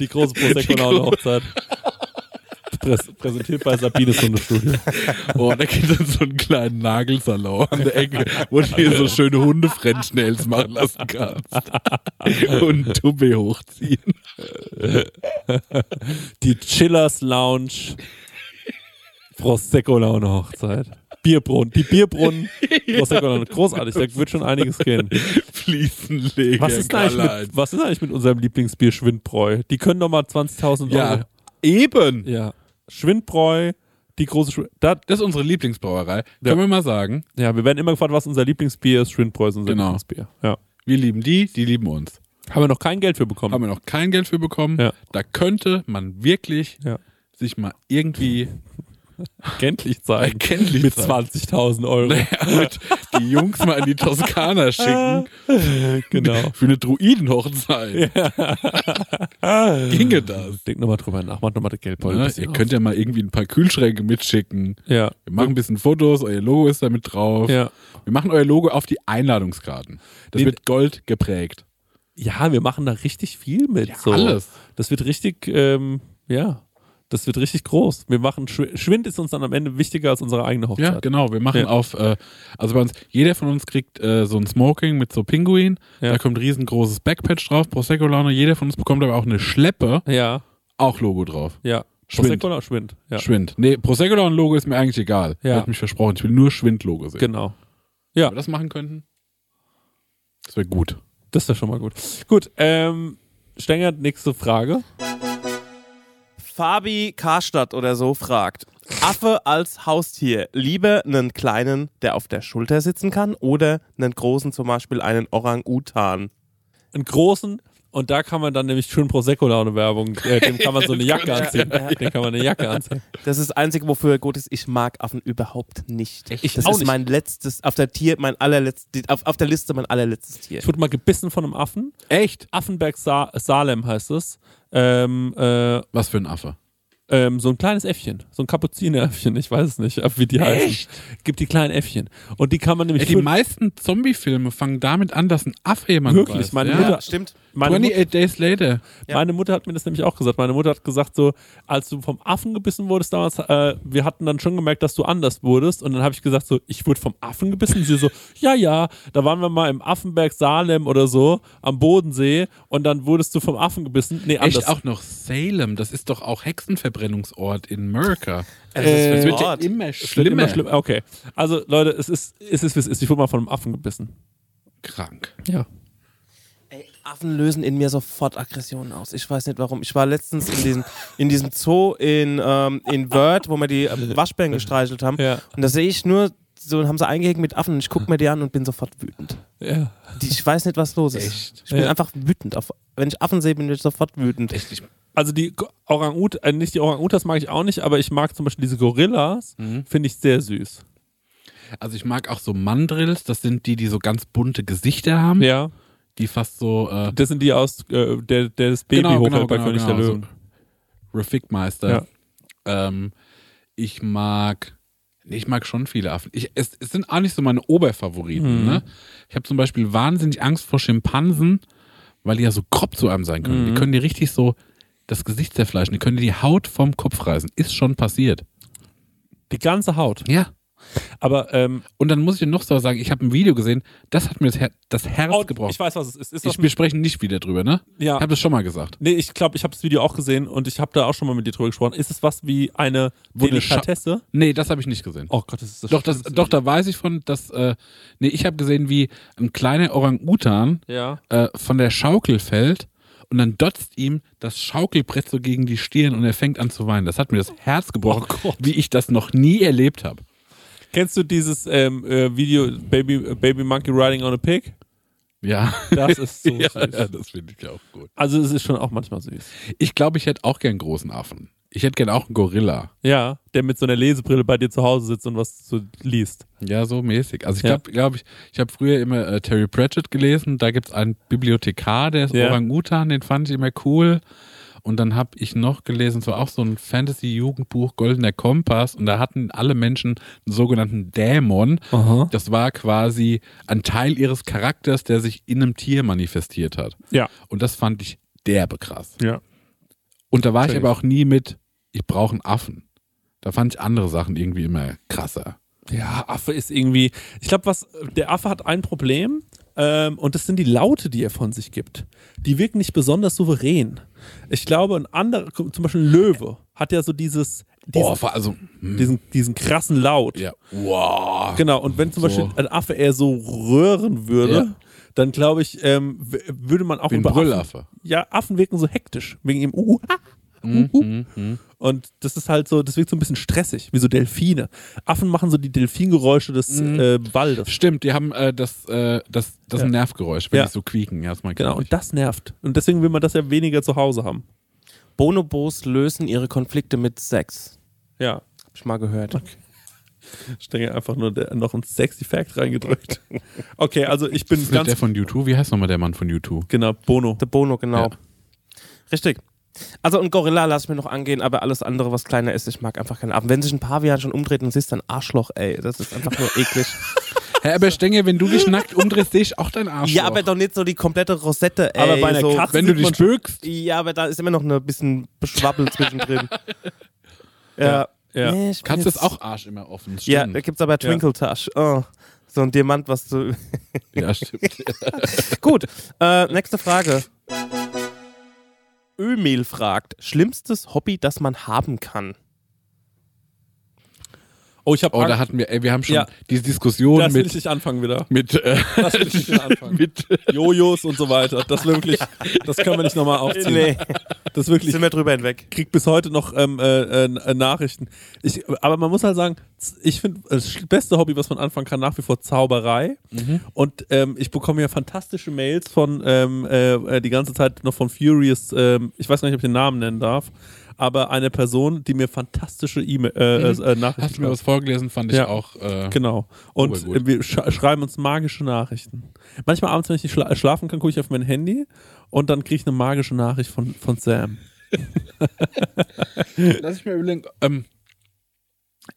S1: Die große Prosecco-Laune-Hochzeit. Präs präsentiert bei Sabines Hundestudio.
S2: Oh, da gibt es so einen kleinen Nagelsalon an der Ecke, wo du dir so schöne Hunde-French-Nails machen lassen kannst. Und Tubbe hochziehen.
S1: Die Chillers Lounge. Prosecco Laune Hochzeit. Bierbrunnen. Die Bierbrunnen. Prosecco Laune. Großartig. Da wird schon einiges gehen.
S2: Fliesenleger.
S1: Was ist, denn eigentlich mit, was ist denn eigentlich mit unserem Lieblingsbier Schwindbräu? Die können doch mal 20.000 Euro.
S2: Ja, eben.
S1: Ja. Schwindbräu. Die große Schw da,
S2: Das ist unsere Lieblingsbrauerei. Können wir mal sagen,
S1: Ja, wir werden immer gefragt, was unser Lieblingsbier ist. Schwindbräu ist unser
S2: Genau.
S1: Lieblingsbier. Ja.
S2: wir lieben die, die lieben uns.
S1: Haben wir noch kein Geld für bekommen.
S2: Haben wir noch kein Geld für bekommen.
S1: Ja.
S2: Da könnte man wirklich
S1: Ja.
S2: sich mal irgendwie
S1: Kenntlich zeigen.
S2: erkenntlich
S1: Mit
S2: zeigen.
S1: 20.000 Euro.
S2: Halt die Jungs mal in die Toskana schicken
S1: genau.
S2: für eine Druidenhochzeit. Ginge das.
S1: Denkt nochmal drüber nach. Macht nochmal das Geldbeutel. ein
S2: Ne?
S1: bisschen
S2: Ihr
S1: auf.
S2: könnt ja mal irgendwie ein paar Kühlschränke mitschicken.
S1: ja.
S2: Wir machen ein bisschen Fotos, euer Logo ist damit drauf.
S1: Ja.
S2: Wir machen euer Logo auf die Einladungskarten. Das
S1: Nee,
S2: wird Gold geprägt.
S1: Ja, wir machen da richtig viel mit.
S2: Ja,
S1: so.
S2: alles.
S1: Das wird richtig, ähm, ja, das wird richtig groß. Wir machen Schw- Schwind ist uns dann am Ende wichtiger als unsere eigene Hochzeit.
S2: Ja, genau. Wir machen
S1: Ja.
S2: auf, äh, also bei uns, jeder von uns kriegt äh, so ein Smoking mit so Pinguin.
S1: Ja.
S2: Da kommt riesengroßes Backpatch drauf, Prosecco Laune. Jeder von uns bekommt aber auch eine Schleppe,
S1: Ja,
S2: auch Logo drauf.
S1: ja.
S2: genau. Schwind.
S1: Prosecco oder Schwind. Ja,
S2: Schwind. Nee, Prosecco Laune Logo ist mir eigentlich egal.
S1: Ja.
S2: Ich hab mich versprochen. Ich will nur Schwind-Logo sehen.
S1: genau.
S2: Wenn wir das machen könnten, das wäre gut.
S1: Das ist ja schon mal gut. Gut, ähm, Stenger, nächste Frage.
S3: Fabi Karstadt oder so fragt: Affe als Haustier. Lieber einen kleinen, der auf der Schulter sitzen kann, oder einen großen, zum Beispiel einen Orang-Utan?
S1: Einen großen, Und da kann man dann nämlich schön Prosecco-Laune-Werbung, äh, dem kann man so eine Jacke anziehen. Dem kann man eine Jacke anziehen.
S3: Das ist das Einzige, wofür er gut ist. Ich mag Affen überhaupt nicht.
S1: Ich
S3: das
S1: auch
S3: ist
S1: nicht.
S3: mein letztes, auf der Tier, mein allerletztes, auf, auf der Liste mein allerletztes Tier.
S1: Ich wurde mal gebissen von einem Affen. Echt? Affenberg Sa Salem heißt es. Ähm, äh,
S2: Was für ein Affe.
S1: ähm, so ein kleines Äffchen, so ein Kapuzineräffchen, ich weiß es nicht, ab wie die heißen. Gibt die kleinen Äffchen. Und die kann man nämlich
S2: Ey, die
S1: für-
S2: meisten Zombie-Filme fangen damit an, dass ein Affe jemanden
S1: Wirklich,
S2: beißt.
S1: meine
S2: ja.
S1: Mutter-
S3: stimmt.
S1: meine, Mut,
S2: 28 Days Later.
S3: Ja.
S1: meine Mutter hat mir das nämlich auch gesagt. Meine Mutter hat gesagt, so, als du vom Affen gebissen wurdest damals, äh, wir hatten dann schon gemerkt, dass du anders wurdest. Und dann habe ich gesagt, so, ich wurde vom Affen gebissen. Sie so, ja, ja, da waren wir mal im Affenberg Salem oder so, am Bodensee. Und dann wurdest du vom Affen gebissen. Nee, anders.
S2: Echt auch noch Salem, das ist doch auch Hexenverbrennungsort in America.
S3: Es ist
S2: das
S3: ein
S2: wird ja
S3: Ort.
S2: immer
S1: Es wird
S2: schlimmer.
S1: immer schlimm. Okay. Also, Leute, es ist, es ist, wie es ist. Ich wurde mal von einem Affen gebissen.
S2: Krank.
S1: Ja.
S3: Ey, Affen lösen in mir sofort Aggressionen aus. Ich weiß nicht warum. Ich war letztens in diesem, in diesem Zoo in, ähm, in Word, wo wir die ähm, Waschbären gestreichelt haben.
S1: Ja.
S3: Und da sehe ich nur, so haben sie eingehegt mit Affen und ich gucke mir die an und bin sofort wütend.
S1: Ja.
S3: Die, ich weiß nicht, was los ist.
S2: Echt?
S3: Ich bin
S1: Ja.
S3: einfach wütend. Auf, wenn ich Affen sehe, bin ich sofort wütend.
S2: Echt, ich,
S1: also die Go- Orang-Ut, äh, nicht die Orang-Utas mag ich auch nicht, aber ich mag zum Beispiel diese Gorillas,
S2: Mhm.
S1: finde ich sehr süß.
S2: also ich mag auch so Mandrills, das sind die, die so ganz bunte Gesichter haben,
S1: Ja,
S2: die fast so äh,
S1: das sind die aus äh, der, der das Baby
S2: Genau,
S1: hochhält bei König der Löwen.
S2: So. Refikmeister. Ähm, ich mag, nee, ich mag schon viele Affen. Ich, es, es sind auch nicht so meine Oberfavoriten.
S1: Mhm.
S2: Ne? Ich habe zum Beispiel wahnsinnig Angst vor Schimpansen, weil die ja so grob zu einem sein
S1: Mhm.
S2: können. Die können dir richtig so das Gesicht zerfleischen. Die können dir die Haut vom Kopf reißen. Ist schon passiert.
S1: Die ganze Haut.
S2: Ja.
S1: Aber ähm,
S2: Und dann muss ich dir noch so sagen, ich habe ein Video gesehen, das hat mir das, Her das Herz
S1: oh,
S2: gebrochen.
S1: ich weiß, was es ist. ist
S2: Ich,
S1: das
S2: wir sprechen nicht wieder drüber, ne?
S1: Ja.
S2: Ich habe das schon mal gesagt.
S1: nee, ich glaube, ich habe das Video auch gesehen und ich habe da auch schon mal mit dir drüber gesprochen. Ist es was wie eine
S2: Wo eine Scha-
S1: Delikatesse?
S2: Nee, das habe ich nicht gesehen.
S1: Oh Gott, das ist das
S2: Doch, das,
S1: Schlimmste.
S2: doch, da weiß ich von, dass, äh, nee, ich habe gesehen, wie ein kleiner Orang-Utan
S1: Ja.
S2: äh, von der Schaukel fällt und dann dotzt ihm das Schaukelbrett so gegen die Stirn und er fängt an zu weinen. Das hat mir das Herz gebrochen,
S1: Oh Gott.
S2: wie ich das noch nie erlebt habe.
S1: Kennst du dieses ähm, äh, Video Baby, Baby Monkey Riding on a Pig?
S2: Ja.
S1: Das ist so
S2: ja,
S1: süß.
S2: ja, das finde ich auch gut.
S1: Also es ist schon auch manchmal süß.
S2: Ich glaube, ich hätte auch gern einen großen Affen. Ich hätte gern auch einen Gorilla.
S1: Ja, der mit so einer Lesebrille bei dir zu Hause sitzt und was so liest.
S2: Ja, so mäßig. Also ich
S1: Ja.
S2: glaube, glaub ich, ich habe früher immer äh, Terry Pratchett gelesen. Da gibt's einen Bibliothekar, der ist
S1: Ja.
S2: Orang-Utan, den fand ich immer cool. Und dann habe ich noch gelesen, es war auch so ein Fantasy-Jugendbuch, Goldener Kompass. Und da hatten alle Menschen einen sogenannten Dämon.
S1: Aha.
S2: Das war quasi ein Teil ihres Charakters, der sich in einem Tier manifestiert hat.
S1: Ja.
S2: Und das fand ich derbe krass.
S1: Ja.
S2: Und da war ich
S1: Safe.
S2: aber auch nie mit, ich brauche einen Affen. Da fand ich andere Sachen irgendwie immer krasser.
S1: Ja, Affe ist irgendwie. Ich glaube, was der Affe hat ein Problem ähm, und das sind die Laute, die er von sich gibt. Die wirken nicht besonders souverän. Ich glaube, ein anderer, zum Beispiel ein Löwe, hat ja so dieses,
S2: Boah,
S1: diesen,
S2: vor- also, hm.
S1: diesen, diesen krassen Laut.
S2: Ja. Wow.
S1: Genau, und wenn zum
S2: So.
S1: Beispiel ein Affe eher so röhren würde,
S2: Ja.
S1: dann glaube ich, ähm, w- würde man auch
S2: Wie ein
S1: über
S2: Brüllaffe.
S1: Affen, ja, Affen wirken so hektisch, wegen ihm uh, ah,
S2: Mhm,
S1: uh, uh. Und das ist halt so, das wirkt so ein bisschen stressig, wie so Delfine. Affen machen so die Delfingeräusche des
S2: Mhm.
S1: äh, Waldes.
S2: Stimmt, die haben äh, das, äh, das, das
S1: Ja.
S2: Nervgeräusch, wenn
S1: Ja.
S2: die so quieken. Ja, das mag
S1: Genau,
S2: ich.
S1: und das nervt. Und deswegen will man das ja weniger zu Hause haben.
S3: Bonobos lösen ihre Konflikte mit Sex.
S1: Ja.
S3: Hab ich mal gehört.
S1: Ich denke einfach nur der, noch ein sexy Fact reingedrückt. Okay, also ich bin
S2: Ist das der
S1: ganz.
S2: von U2? Wie heißt nochmal der Mann von U2?
S1: Genau, Bono.
S3: Der Bono, genau.
S2: Ja.
S3: Richtig. Also ein Gorilla lass ich mir noch angehen, aber alles andere, was kleiner ist, ich mag einfach keinen Affen. Wenn sich ein Pavian schon umdreht und siehst, dann Arschloch, ey. Das ist einfach nur eklig.
S2: Herr Eberstenger, wenn du dich nackt umdrehst, sehe ich auch dein Arsch.
S3: ja, aber doch nicht so die komplette Rosette, ey.
S1: Aber bei einer
S3: so.
S1: Katze-
S2: Wenn du
S1: sieht man
S2: dich bückst.
S3: Ja, aber da ist immer noch ein bisschen Beschwabbel zwischendrin. Ja.
S1: Ja.
S3: Nee, ich bin
S2: Katze ist
S3: jetzt-
S2: auch Arsch immer offen. das
S3: Ja,
S2: Stimmt.
S3: da gibt's aber Twinkle Touch. Oh. So ein Diamant, was du.
S1: äh,
S2: ja stimmt.
S3: Gut, äh, nächste Frage. Ömel fragt: Schlimmstes Hobby, das man haben kann?
S1: Oh, ich habe
S2: Oh, da hatten wir, ey, wir haben schon
S1: Ja.
S2: diese Diskussion
S1: Das will ich
S2: mit.
S1: nicht anfangen wieder.
S2: Mit, äh,
S1: Das will ich nicht anfangen.
S2: mit,
S1: Jojos und so weiter. Das wirklich, das können wir nicht nochmal aufziehen.
S3: Nee.
S1: Das wirklich
S3: Sind wir drüber hinweg.
S1: krieg bis heute noch ähm, äh, äh, Nachrichten. Ich, aber man muss halt sagen, z- ich finde das beste Hobby, was man anfangen kann, nach wie vor Zauberei.
S2: Mhm.
S1: Und ähm, ich bekomme ja fantastische Mails von ähm, äh, äh, die ganze Zeit noch von Furious. Ähm, ich weiß gar nicht, ob ich den Namen nennen darf, aber eine Person, die mir fantastische E-Mail äh, äh, Nachrichten
S2: Mhm. Hast du mir was vorgelesen, fand ich
S1: Ja.
S2: auch. Äh,
S1: Genau. Und
S2: Obergut.
S1: äh, wir sch schreiben uns magische Nachrichten. Manchmal abends, wenn ich nicht schla schlafen kann, gucke ich auf mein Handy und dann kriege ich eine magische Nachricht von, von Sam.
S2: Lass ich mir überlegen. Ähm,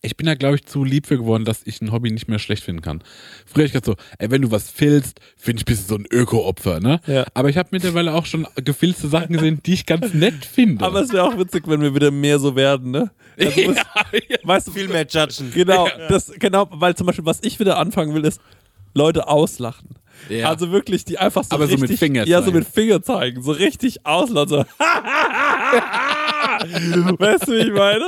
S2: ich bin da, glaube ich, zu lieb für geworden, dass ich ein Hobby nicht mehr schlecht finden kann. Früher hab ich gedacht so, ey, wenn du was filzt, finde ich, bist du so ein Öko-Opfer, ne?
S1: Ja.
S2: Aber ich habe mittlerweile auch schon gefilzte Sachen gesehen, die ich ganz nett finde.
S1: Aber es wäre auch witzig, wenn wir wieder mehr so werden, ne? Also,
S2: ja,
S1: muss-
S2: ja.
S1: Weißt du,
S3: Viel mehr judgen.
S1: genau, das, genau, weil zum Beispiel, was ich wieder anfangen will, ist Leute auslachen.
S2: Ja.
S1: Also wirklich, die einfach so
S2: Aber so mit
S1: richtig,
S2: Finger
S1: ja, so
S2: zeigen.
S1: mit Finger zeigen, so richtig auslachen, so weißt du, wie ich meine?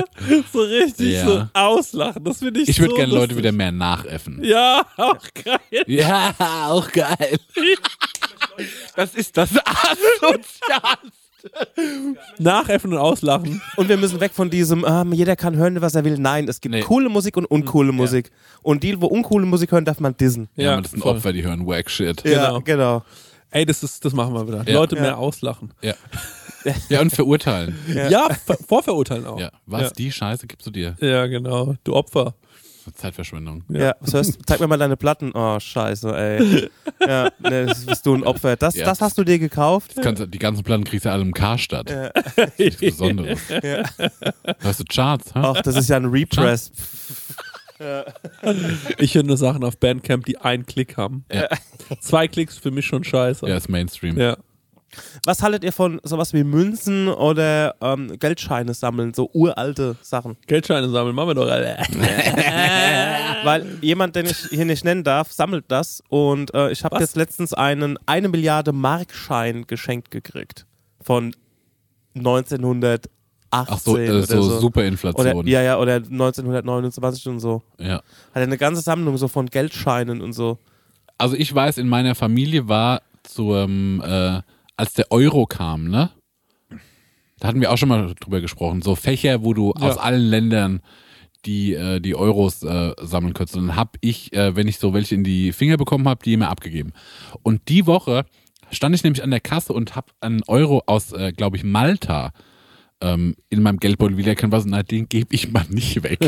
S1: So richtig
S2: Ja.
S1: so auslachen, das finde ich
S2: ich würde
S1: so
S2: gerne Leute
S1: lustig.
S2: wieder mehr nachäffen.
S1: Ja, auch geil.
S2: Ja, auch geil. Das ist das Asozialste.
S1: Nachäffen und auslachen.
S3: Und wir müssen weg von diesem, ähm, jeder kann hören, was er will. Nein, es gibt
S2: Nee.
S3: coole Musik und uncoole Musik. Und die, wo uncoole Musik hören, darf man dissen.
S2: Ja, man, das sind Opfer, die hören Wack Shit.
S1: Genau.
S3: Ja, genau.
S1: Ey, das, ist, das machen wir wieder.
S2: Ja.
S1: Leute
S3: Ja.
S1: mehr auslachen.
S2: Ja. ja, und verurteilen.
S1: Ja, ver- vorverurteilen auch.
S2: Ja. Was, die Scheiße gibst du dir?
S1: Ja, genau. Du Opfer.
S2: Zeitverschwendung.
S3: Ja. was hörst, zeig mir mal deine Platten. Oh, scheiße, ey. Ja, ne, das bist du ein Opfer. Das,
S2: Ja.
S3: das hast du dir gekauft?
S2: Das kannst, du- die ganzen Platten kriegst du ja alle im Karstadt. Ja. Nichts Besonderes. Hast du Charts? Hä?
S3: Ach, das ist ja ein Repress.
S1: Ich höre nur Sachen auf Bandcamp, die einen Klick haben.
S2: Ja.
S1: Zwei Klicks für mich schon scheiße.
S2: Ja, ist Mainstream.
S1: Ja.
S3: Was haltet ihr von sowas wie Münzen oder ähm, Geldscheine sammeln? So uralte Sachen.
S1: Geldscheine sammeln, machen wir doch alle.
S3: Weil jemand, den ich hier nicht nennen darf, sammelt das. Und äh, ich habe
S1: Was?
S3: jetzt letztens einen 1 Milliarde Markschein geschenkt gekriegt. Von 1918
S2: Ach so, äh,
S3: oder
S2: so,
S3: so.
S2: Superinflation.
S3: Oder, ja, ja, oder 1929 und so.
S2: ja.
S3: Hat er eine ganze Sammlung so von Geldscheinen und so.
S2: Also ich weiß, in meiner Familie war zum, äh, als der Euro kam, ne? Da hatten wir auch schon mal drüber gesprochen. So Fächer, wo du aus allen Ländern die, äh, die Euros äh, sammeln könntest. Und dann hab ich, äh, wenn ich so welche in die Finger bekommen habe, die immer abgegeben. Und die Woche stand ich nämlich an der Kasse und hab einen Euro aus, äh, glaube ich, Malta ähm, in meinem Geldbeutel wiedererkannt, was, na, den gebe ich mal nicht weg,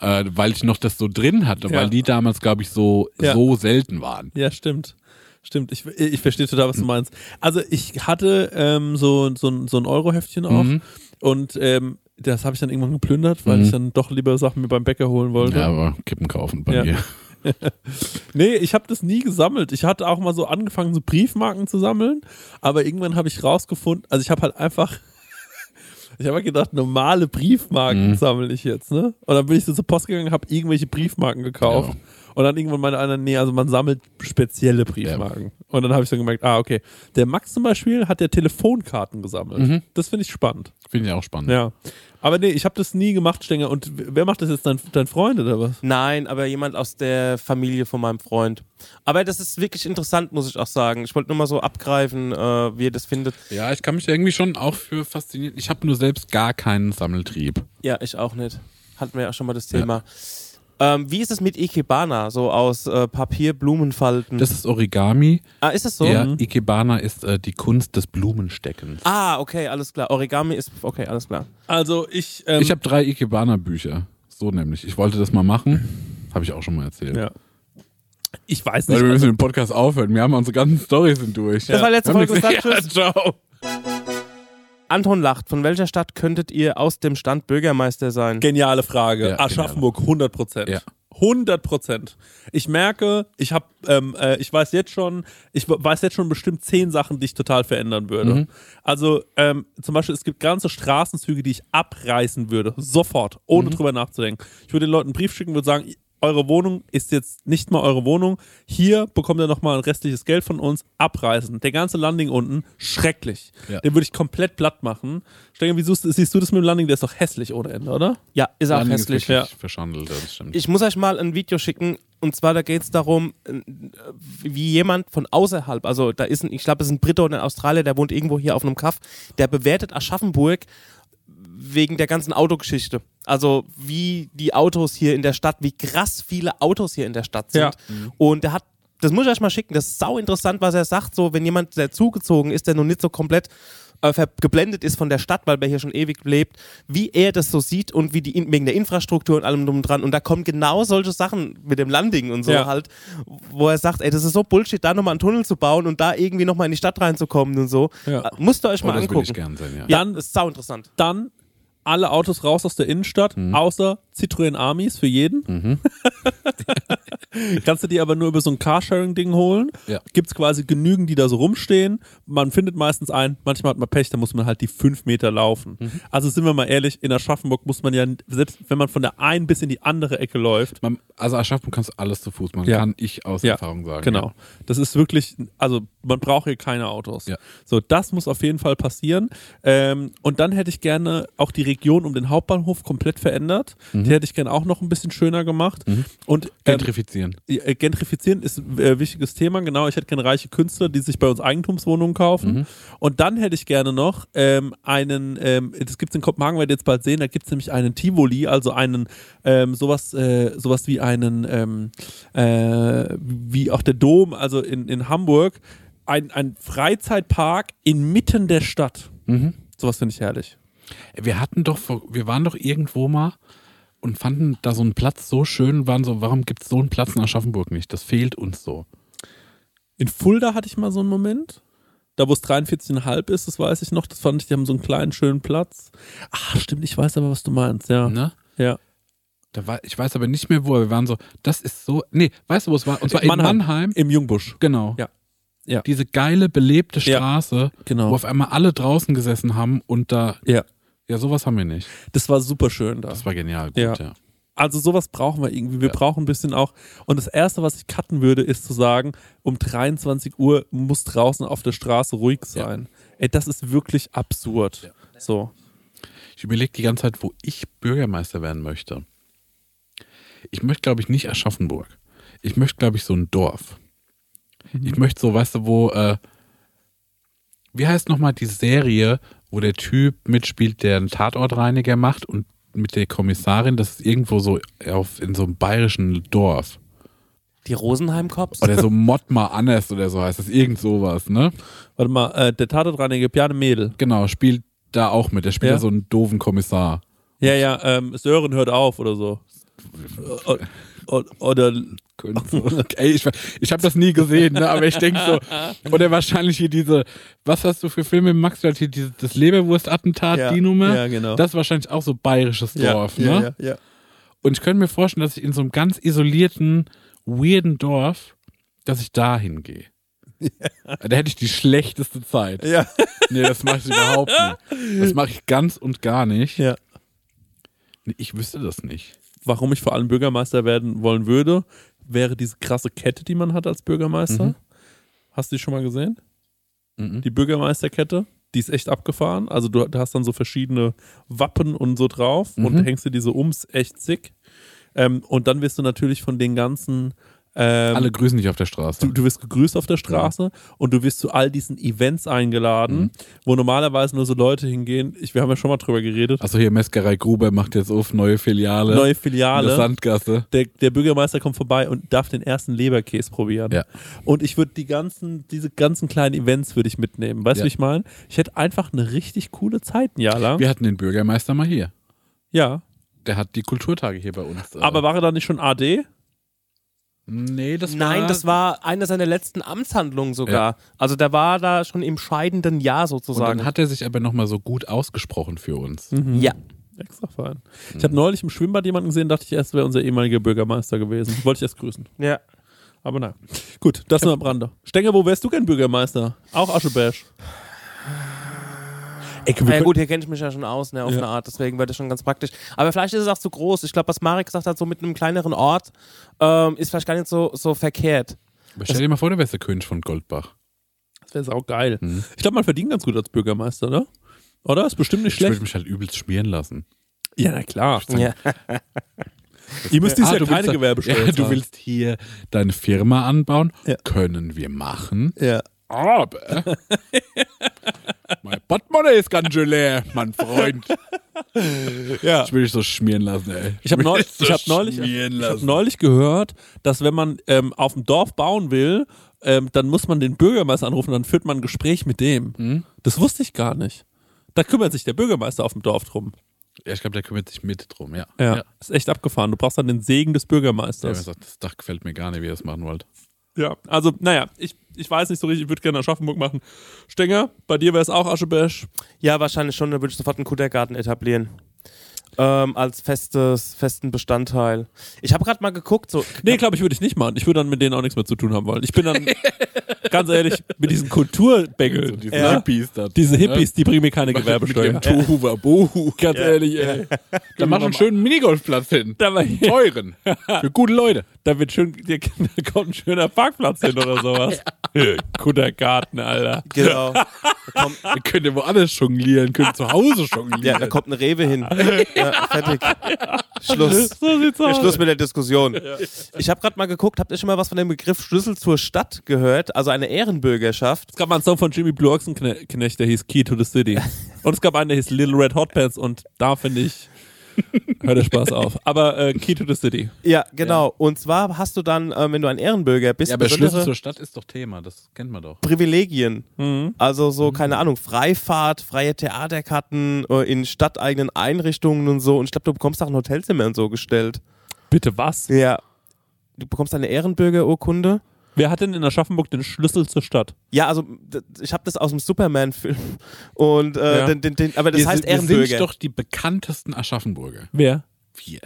S2: äh, weil ich noch das so drin hatte,
S1: Ja.
S2: weil die damals, glaube ich, so,
S1: Ja.
S2: so selten waren.
S1: Ja, stimmt. Stimmt, ich, ich verstehe total, was du meinst. Also ich hatte ähm, so, so, ein- so ein Euroheftchen auch
S2: Mhm.
S1: und ähm, das habe ich dann irgendwann geplündert, weil
S2: Mhm.
S1: ich dann doch lieber Sachen mir beim Bäcker holen wollte.
S2: Ja, aber Kippen kaufen bei
S1: Ja.
S2: mir.
S1: Nee, ich habe das nie gesammelt. Ich hatte auch mal so angefangen, so Briefmarken zu sammeln, aber irgendwann habe ich rausgefunden, also ich habe halt einfach, ich habe halt gedacht, normale Briefmarken
S2: Mhm.
S1: sammle ich jetzt, ne? Und dann bin ich so zur Post gegangen, habe irgendwelche Briefmarken gekauft und dann irgendwann meine einer, nee, also man sammelt spezielle Briefmarken. Und dann habe ich dann gemerkt, ah, okay, der Max zum Beispiel hat ja Telefonkarten gesammelt.
S2: Mhm.
S1: Das finde ich spannend,
S2: Finde ich auch spannend.
S1: ja. Aber nee, ich habe das nie gemacht, Stenger. Und w- wer macht das jetzt? Dein, dein Freund oder was?
S3: Nein, aber jemand aus der Familie von meinem Freund. Aber das ist wirklich interessant, muss ich auch sagen. Ich wollte nur mal so abgreifen, äh, wie ihr das findet.
S2: Ja, ich kann mich da irgendwie schon auch für faszinieren. Ich habe nur selbst gar keinen Sammeltrieb.
S3: Ja, ich auch nicht. Hatten wir ja auch schon mal das Thema. Ähm, wie ist es mit Ikebana, so aus äh, Papier, Blumenfalten?
S2: Das ist Origami.
S3: ah, ist es so?
S2: Ja, Ikebana ist äh, die Kunst des Blumensteckens.
S3: Ah, okay, alles klar. Origami ist, okay, alles klar.
S1: Also ich. Ähm,
S2: Ich habe drei Ikebana-Bücher. So nämlich. Ich wollte das mal machen. Habe ich auch schon mal erzählt.
S1: Ja. Ich weiß nicht.
S2: Leute,
S1: also
S2: wir müssen den Podcast aufhören. Wir haben unsere ganzen Storys sind durch.
S3: Das war letzte
S2: Wir haben
S3: Folge.
S2: nichts-
S3: Bis dann.
S2: Ja, ciao.
S3: Anton lacht. Von welcher Stadt könntet ihr aus dem Stand Bürgermeister sein?
S1: Geniale Frage.
S2: Ja,
S1: Aschaffenburg, 100 Prozent.
S2: Ja.
S1: 100 Prozent. Ich merke, ich habe, ähm, äh, ich weiß jetzt schon, ich we- weiß jetzt schon bestimmt zehn Sachen, die ich total verändern würde.
S2: Mhm.
S1: Also ähm, zum Beispiel, es gibt ganze
S2: Mhm.
S1: Straßenzüge, die ich abreißen würde, sofort, ohne drüber nachzudenken. Ich würde den Leuten einen Brief schicken, würde sagen, eure Wohnung ist jetzt nicht mal eure Wohnung. Hier bekommt ihr nochmal ein restliches Geld von uns. Abreißen. Der ganze Landing unten, schrecklich.
S2: Ja.
S1: Den würde ich komplett platt machen. Stenger, wie suchst, siehst du das mit dem Landing? Der ist doch hässlich ohne Ende, oder?
S3: Ja, ist auch
S2: Landing ist
S3: hässlich.
S2: wirklich Verschandelt, ja, das stimmt.
S3: Ich muss euch mal ein Video schicken. Und zwar, da geht es darum, äh, wie jemand von außerhalb, also da ist ein, ich glaube, es ist ein Brite oder ein Australier, der wohnt irgendwo hier auf einem Kaff, der bewertet Aschaffenburg wegen der ganzen Autogeschichte. Also wie die Autos hier in der Stadt, wie krass viele Autos hier in der Stadt sind.
S1: Ja.
S3: Und der hat, das muss ich euch mal schicken, das ist sau interessant, was er sagt, so wenn jemand, der zugezogen ist, der noch nicht so komplett äh, ver- geblendet ist von der Stadt, weil er hier schon ewig lebt, wie er das so sieht und wie die in- wegen der Infrastruktur und allem drum und dran. Und da kommen genau solche Sachen mit dem Landing und so
S1: Ja.
S3: halt, wo er sagt, ey, das ist so Bullshit, da nochmal einen Tunnel zu bauen und da irgendwie nochmal in die Stadt reinzukommen und so.
S1: Ja.
S3: Äh, Musst ihr euch
S2: oh,
S3: mal
S2: das
S3: angucken.
S2: würde ich gern sehen, ja.
S3: Ja,
S1: Dann-
S3: das ist sau interessant.
S1: Dann alle Autos raus aus der Innenstadt, außer Citroën Amis für jeden. Kannst du die aber nur über so ein Carsharing-Ding holen.
S2: Ja.
S1: Gibt es quasi genügend, die da so rumstehen. Man findet meistens einen, manchmal hat man Pech, da muss man halt die fünf Meter laufen. Also sind wir mal ehrlich, in Aschaffenburg muss man ja, selbst wenn man von der einen bis in die andere Ecke läuft,
S2: Man, also Aschaffenburg kannst du alles zu Fuß machen,
S1: Ja.
S2: kann ich aus
S1: Ja,
S2: Erfahrung sagen.
S1: Genau. Das ist wirklich, also man braucht hier keine Autos.
S2: Ja.
S1: So, das muss auf jeden Fall passieren. Ähm, und dann hätte ich gerne auch die Region um den Hauptbahnhof komplett verändert.
S2: Mhm.
S1: Die hätte ich gerne auch noch ein bisschen schöner gemacht. Und ähm,
S2: Gentrifizieren.
S1: äh, gentrifizieren ist ein äh, wichtiges Thema. Genau, ich hätte gerne reiche Künstler, die sich bei uns Eigentumswohnungen kaufen. Und dann hätte ich gerne noch ähm, einen, ähm, das gibt es in Kopenhagen, werdet ihr jetzt bald sehen, da gibt es nämlich einen Tivoli, also einen, ähm, sowas, äh, sowas wie einen, ähm, äh, wie auch der Dom, also in, in Hamburg, ein, ein Freizeitpark inmitten der Stadt. Sowas finde ich herrlich.
S2: Wir hatten doch, vor- wir waren doch irgendwo mal und fanden da so einen Platz so schön, waren so, warum gibt es so einen Platz in Aschaffenburg nicht? Das fehlt uns so.
S1: In Fulda hatte ich mal so einen Moment. Da, wo es 43,5 ist, das weiß ich noch. Das fand ich, die haben so einen kleinen, schönen Platz. Ach, stimmt, ich weiß aber, was du meinst, ja.
S2: Ne?
S1: Ja.
S2: Da war, ich weiß aber nicht mehr, wo wir waren so, das ist so, nee, weißt du, wo es war? Und zwar in Mannheim.
S1: Im Jungbusch.
S2: Genau.
S1: Ja. Ja.
S2: Diese geile, belebte
S1: Ja.
S2: Straße,
S1: Genau.
S2: wo auf einmal alle draußen gesessen haben und da,
S1: Ja.
S2: ja, sowas haben wir nicht.
S1: Das war super schön da.
S2: Das war genial. Gut,
S1: Ja.
S2: ja.
S1: Also sowas brauchen wir irgendwie. Wir brauchen ein bisschen auch. Und das Erste, was ich cutten würde, ist zu sagen, um 23 Uhr muss draußen auf der Straße ruhig sein. Ey, das ist wirklich absurd. So.
S2: Ich überlege die ganze Zeit, wo ich Bürgermeister werden möchte. Ich möchte, glaube ich, nicht Aschaffenburg. Ich möchte, glaube ich, so ein Dorf. Ich möchte so, weißt du, wo, äh, wie heißt nochmal die Serie, wo der Typ mitspielt, der einen Tatortreiniger macht und mit der Kommissarin, das ist irgendwo so auf, in so einem bayerischen Dorf.
S3: Die Rosenheim-Cops?
S2: Oder so Mottmar Annes oder so heißt das, irgend sowas, ne?
S1: Warte mal, äh, der Tatortreiniger Bjarne Mädel.
S2: Genau, spielt da auch mit. Der spielt
S1: Ja.
S2: ja so einen doofen Kommissar.
S1: Ja, ja, ähm, Sören hört auf oder so.
S2: Äh,
S1: O- o- Oder
S2: Ey, ich, ich habe das nie gesehen, ne? aber ich denke so, oder wahrscheinlich hier diese, was hast du für Filme, Max, hier diese, das Leberwurst-Attentat,
S1: Ja,
S2: die Nummer,
S1: ja, genau.
S2: das ist wahrscheinlich auch so bayerisches Dorf,
S1: ja,
S2: ne?
S1: Ja, ja,
S2: Und ich könnte mir vorstellen, dass ich in so einem ganz isolierten, weirden Dorf, dass ich da hingehe. Da hätte ich die schlechteste Zeit.
S1: ja.
S2: Nee, das mache ich überhaupt nicht. Das mache ich ganz und gar nicht.
S1: Ja.
S2: Nee, Ich wüsste das nicht.
S1: Warum ich vor allem Bürgermeister werden wollen würde, wäre diese krasse Kette, die man hat als Bürgermeister. Hast du die schon mal gesehen?
S2: Mhm.
S1: Die Bürgermeisterkette, die ist echt abgefahren. Also du du hast dann so verschiedene Wappen und so drauf
S2: Mhm.
S1: und hängst dir diese ums, echt sick. Ähm, und dann wirst du natürlich von den ganzen ähm,
S2: Alle grüßen dich auf der Straße.
S1: du, du wirst gegrüßt auf der Straße und du wirst zu all diesen Events eingeladen,
S2: Mhm.
S1: wo normalerweise nur so Leute hingehen. Ich, wir haben ja schon mal drüber geredet.
S2: Achso, hier Meskerei Gruber macht jetzt auf neue Filiale.
S1: Neue
S2: in der
S1: Filiale.
S2: Sandgasse.
S1: Der, der Bürgermeister kommt vorbei und darf den ersten Leberkäse probieren.
S2: Ja.
S1: Und ich würde die ganzen, diese ganzen kleinen Events würde ich mitnehmen. Weißt du,
S2: Ja.
S1: wie ich meine? Ich hätte einfach eine richtig coole Zeit ein Jahr lang.
S2: Wir hatten den Bürgermeister mal hier.
S1: Ja.
S2: Der hat die Kulturtage hier bei uns. äh,
S1: Aber war er da nicht schon AD?
S2: nee, das
S3: Nein,
S2: war,
S3: das war eine seiner letzten Amtshandlungen sogar. Also der war da schon im scheidenden Jahr
S2: Und
S3: sozusagen.
S2: dann hat er sich aber nochmal so gut ausgesprochen für uns.
S1: Mhm.
S3: ja.
S1: Extra fein. Ich
S2: Hm.
S1: habe neulich im Schwimmbad jemanden gesehen, dachte ich erst, wäre unser ehemaliger Bürgermeister gewesen. Wollte ich erst grüßen.
S3: ja.
S1: Aber na. Gut, das nur am Rande. Stenger, wo wärst du gern Bürgermeister? Auch Aschebash. Ey, wir
S3: Na ja,
S1: können-
S3: gut, hier kenne ich mich ja schon aus, ne, auf
S1: Ja.
S3: eine Art, deswegen wäre das schon ganz praktisch. Aber vielleicht ist es auch zu groß. Ich glaube, was Marek gesagt hat, so mit einem kleineren Ort, ähm, ist vielleicht gar nicht so, so verkehrt.
S2: Aber stell dir mal vor, du wärst der König von Goldbach.
S1: Das wäre saugeil.
S2: Mhm.
S1: Ich glaube, man verdient ganz gut als Bürgermeister, oder? Oder? Ist bestimmt nicht
S2: Ich würde
S1: schlecht.
S2: mich halt übelst schmieren lassen.
S1: Ja, na klar.
S3: Ja.
S1: Ihr müsst dieses
S2: Ah,
S1: Jahr
S2: willst
S1: keine
S2: da-
S1: Gewerbesteuer
S2: Ja, du willst hier deine Firma anbauen?
S1: Ja.
S2: Können wir machen.
S1: Ja.
S2: Aber mein Portemonnaie ist ganz schön leer, mein Freund.
S1: ja.
S2: Ich will dich so schmieren lassen, ey.
S1: Ich habe
S2: Will
S1: neulich,
S2: dich so
S1: ich hab neulich,
S2: schmieren
S1: ich hab
S2: lassen.
S1: neulich gehört, dass wenn man ähm, auf dem Dorf bauen will, ähm, dann muss man den Bürgermeister anrufen, dann führt man ein Gespräch mit dem. Das wusste ich gar nicht. Da kümmert sich der Bürgermeister auf dem Dorf drum.
S2: Ja, ich glaube, der kümmert sich mit drum, ja.
S1: Ja. Ist echt abgefahren. Du brauchst dann den Segen des
S2: Der hat
S1: Bürgermeisters.
S2: gesagt, das Dach gefällt mir gar nicht, wie ihr das machen wollt.
S1: Ja. Also, naja, ich, ich weiß nicht so richtig, ich würde gerne Aschaffenburg machen. Stenger, bei dir wäre es auch Aschebesch.
S3: ja, wahrscheinlich schon, dann würde ich sofort einen Kuttergarten etablieren. Ähm, als festes, festen Bestandteil. Ich habe gerade mal geguckt, so
S1: Nee, glaube ich, würde ich nicht machen. Ich würde dann mit denen auch nichts mehr zu tun haben wollen. Ich bin dann, ganz ehrlich, mit diesen Kulturbängeln,
S2: diese
S1: ja,
S2: Hippies da.
S1: diese Hippies, die bringen mir keine
S2: ne? mit ihrem
S1: Gewerbesteuer.
S2: Tohu Wabohu.
S1: Ganz ehrlich, ey.
S2: Da mach einen schönen Minigolfplatz hin.
S1: Da, war-
S2: Teuren. Für gute Leute.
S1: da, wird schön, da kommt ein schöner Parkplatz hin oder sowas. Kuttergarten, Alter.
S3: genau. da kommt,
S2: Ihr könnt ja woanders jonglieren, könnt zu Hause jonglieren.
S3: ja, da kommt eine Rewe hin. Ja, fertig. Schluss.
S1: So sieht's aus.
S3: Schluss mit der Diskussion. Ich habe gerade mal geguckt, habt ihr schon mal was von dem Begriff Schlüssel zur Stadt gehört? Also eine Ehrenbürgerschaft.
S1: Es gab mal einen Song von Jimmy Blue Ochsenknecht, der hieß Key to the City. Und es gab einen, der hieß Little Red Hot Pants und da finde ich, hört der Spaß auf. Aber äh, Key to the City.
S3: Ja, genau. Und zwar hast du dann, ähm, wenn du ein Ehrenbürger bist,
S2: Ja, aber Schlüssel
S3: besondere
S2: zur Stadt ist doch Thema, das kennt man doch.
S3: Privilegien.
S1: Mhm.
S3: Also so, keine Ahnung, Freifahrt, freie Theaterkarten äh, in stadteigenen Einrichtungen und so. Und ich glaube, du bekommst auch ein Hotelzimmer und so gestellt.
S1: Bitte was?
S3: Ja. Du bekommst eine Ehrenbürgerurkunde.
S1: Wer hat denn in Aschaffenburg den Schlüssel zur Stadt?
S3: Ja, also d- ich habe das aus dem Superman-Film und äh,
S1: Ja.
S3: den, den, den, aber das
S2: Wir
S3: heißt
S2: sind, Wir
S3: Ehrenbürger.
S2: sind doch die bekanntesten Aschaffenburger.
S1: Wer?
S2: Wir.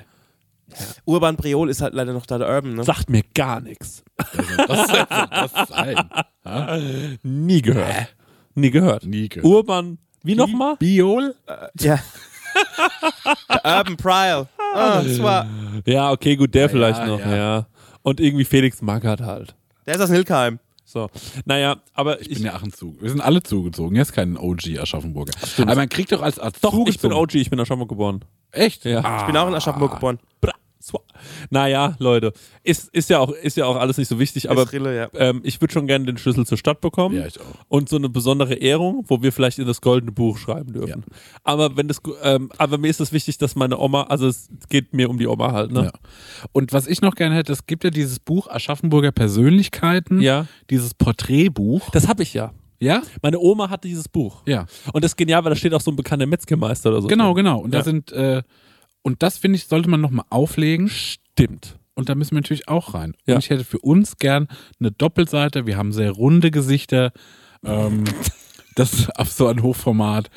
S3: Urban Priol ist halt leider noch da der Urban. Ne?
S1: Sagt mir gar nichts.
S2: Das soll Also, das, soll das sein. Ha?
S1: Nie gehört. Nie gehört.
S2: Nie gehört.
S1: Urban, wie nochmal?
S2: Biol?
S3: Ja. der Urban Priol. Ah, das war,
S1: Ja, okay, gut, der vielleicht
S2: ja,
S1: noch, ja.
S2: ja.
S1: Und irgendwie Felix Magath halt.
S3: der ist aus Nilkheim.
S1: So. Naja, aber ich.
S2: Ich bin ja Aachen zu. Wir sind alle zugezogen. Jetzt kein OG Aschaffenburger. Aber man kriegt doch als, als
S1: doch, ich bin
S2: zugezogen-
S1: OG, ich bin Aschaffenburg geboren.
S2: Echt? Ah.
S1: Ja.
S3: Ich bin auch in Aschaffenburg geboren.
S1: Bra- swa- Naja, Leute, ist, ist, ja auch, ist ja auch alles nicht so wichtig, aber
S3: Ist Rille, ja.
S1: ähm, ich würde schon gerne den Schlüssel zur Stadt bekommen
S2: Ja, ich auch.
S1: und so eine besondere Ehrung, wo wir vielleicht in das goldene Buch schreiben dürfen. Aber wenn das, gu- ähm, aber mir ist es wichtig, dass meine Oma, also es geht mir um die Oma halt, ne?
S2: Ja. Und was ich noch gerne hätte, es gibt ja dieses Buch Aschaffenburger Persönlichkeiten.
S1: Ja.
S2: Dieses Porträtbuch.
S1: Das habe ich ja.
S2: Ja?
S1: Meine Oma hatte dieses Buch.
S2: Ja.
S1: Und das ist genial, weil da steht auch so ein bekannter Metzgermeister oder so.
S2: Genau,
S1: drin.
S2: genau. Und
S1: Ja.
S2: da sind, äh, und das finde ich, sollte man nochmal auflegen.
S1: Stimmt.
S2: Und da müssen wir natürlich auch rein.
S1: Ja.
S2: Und ich hätte für uns gern eine Doppelseite. Wir haben sehr runde Gesichter. Ähm, das auf so ein Hochformat,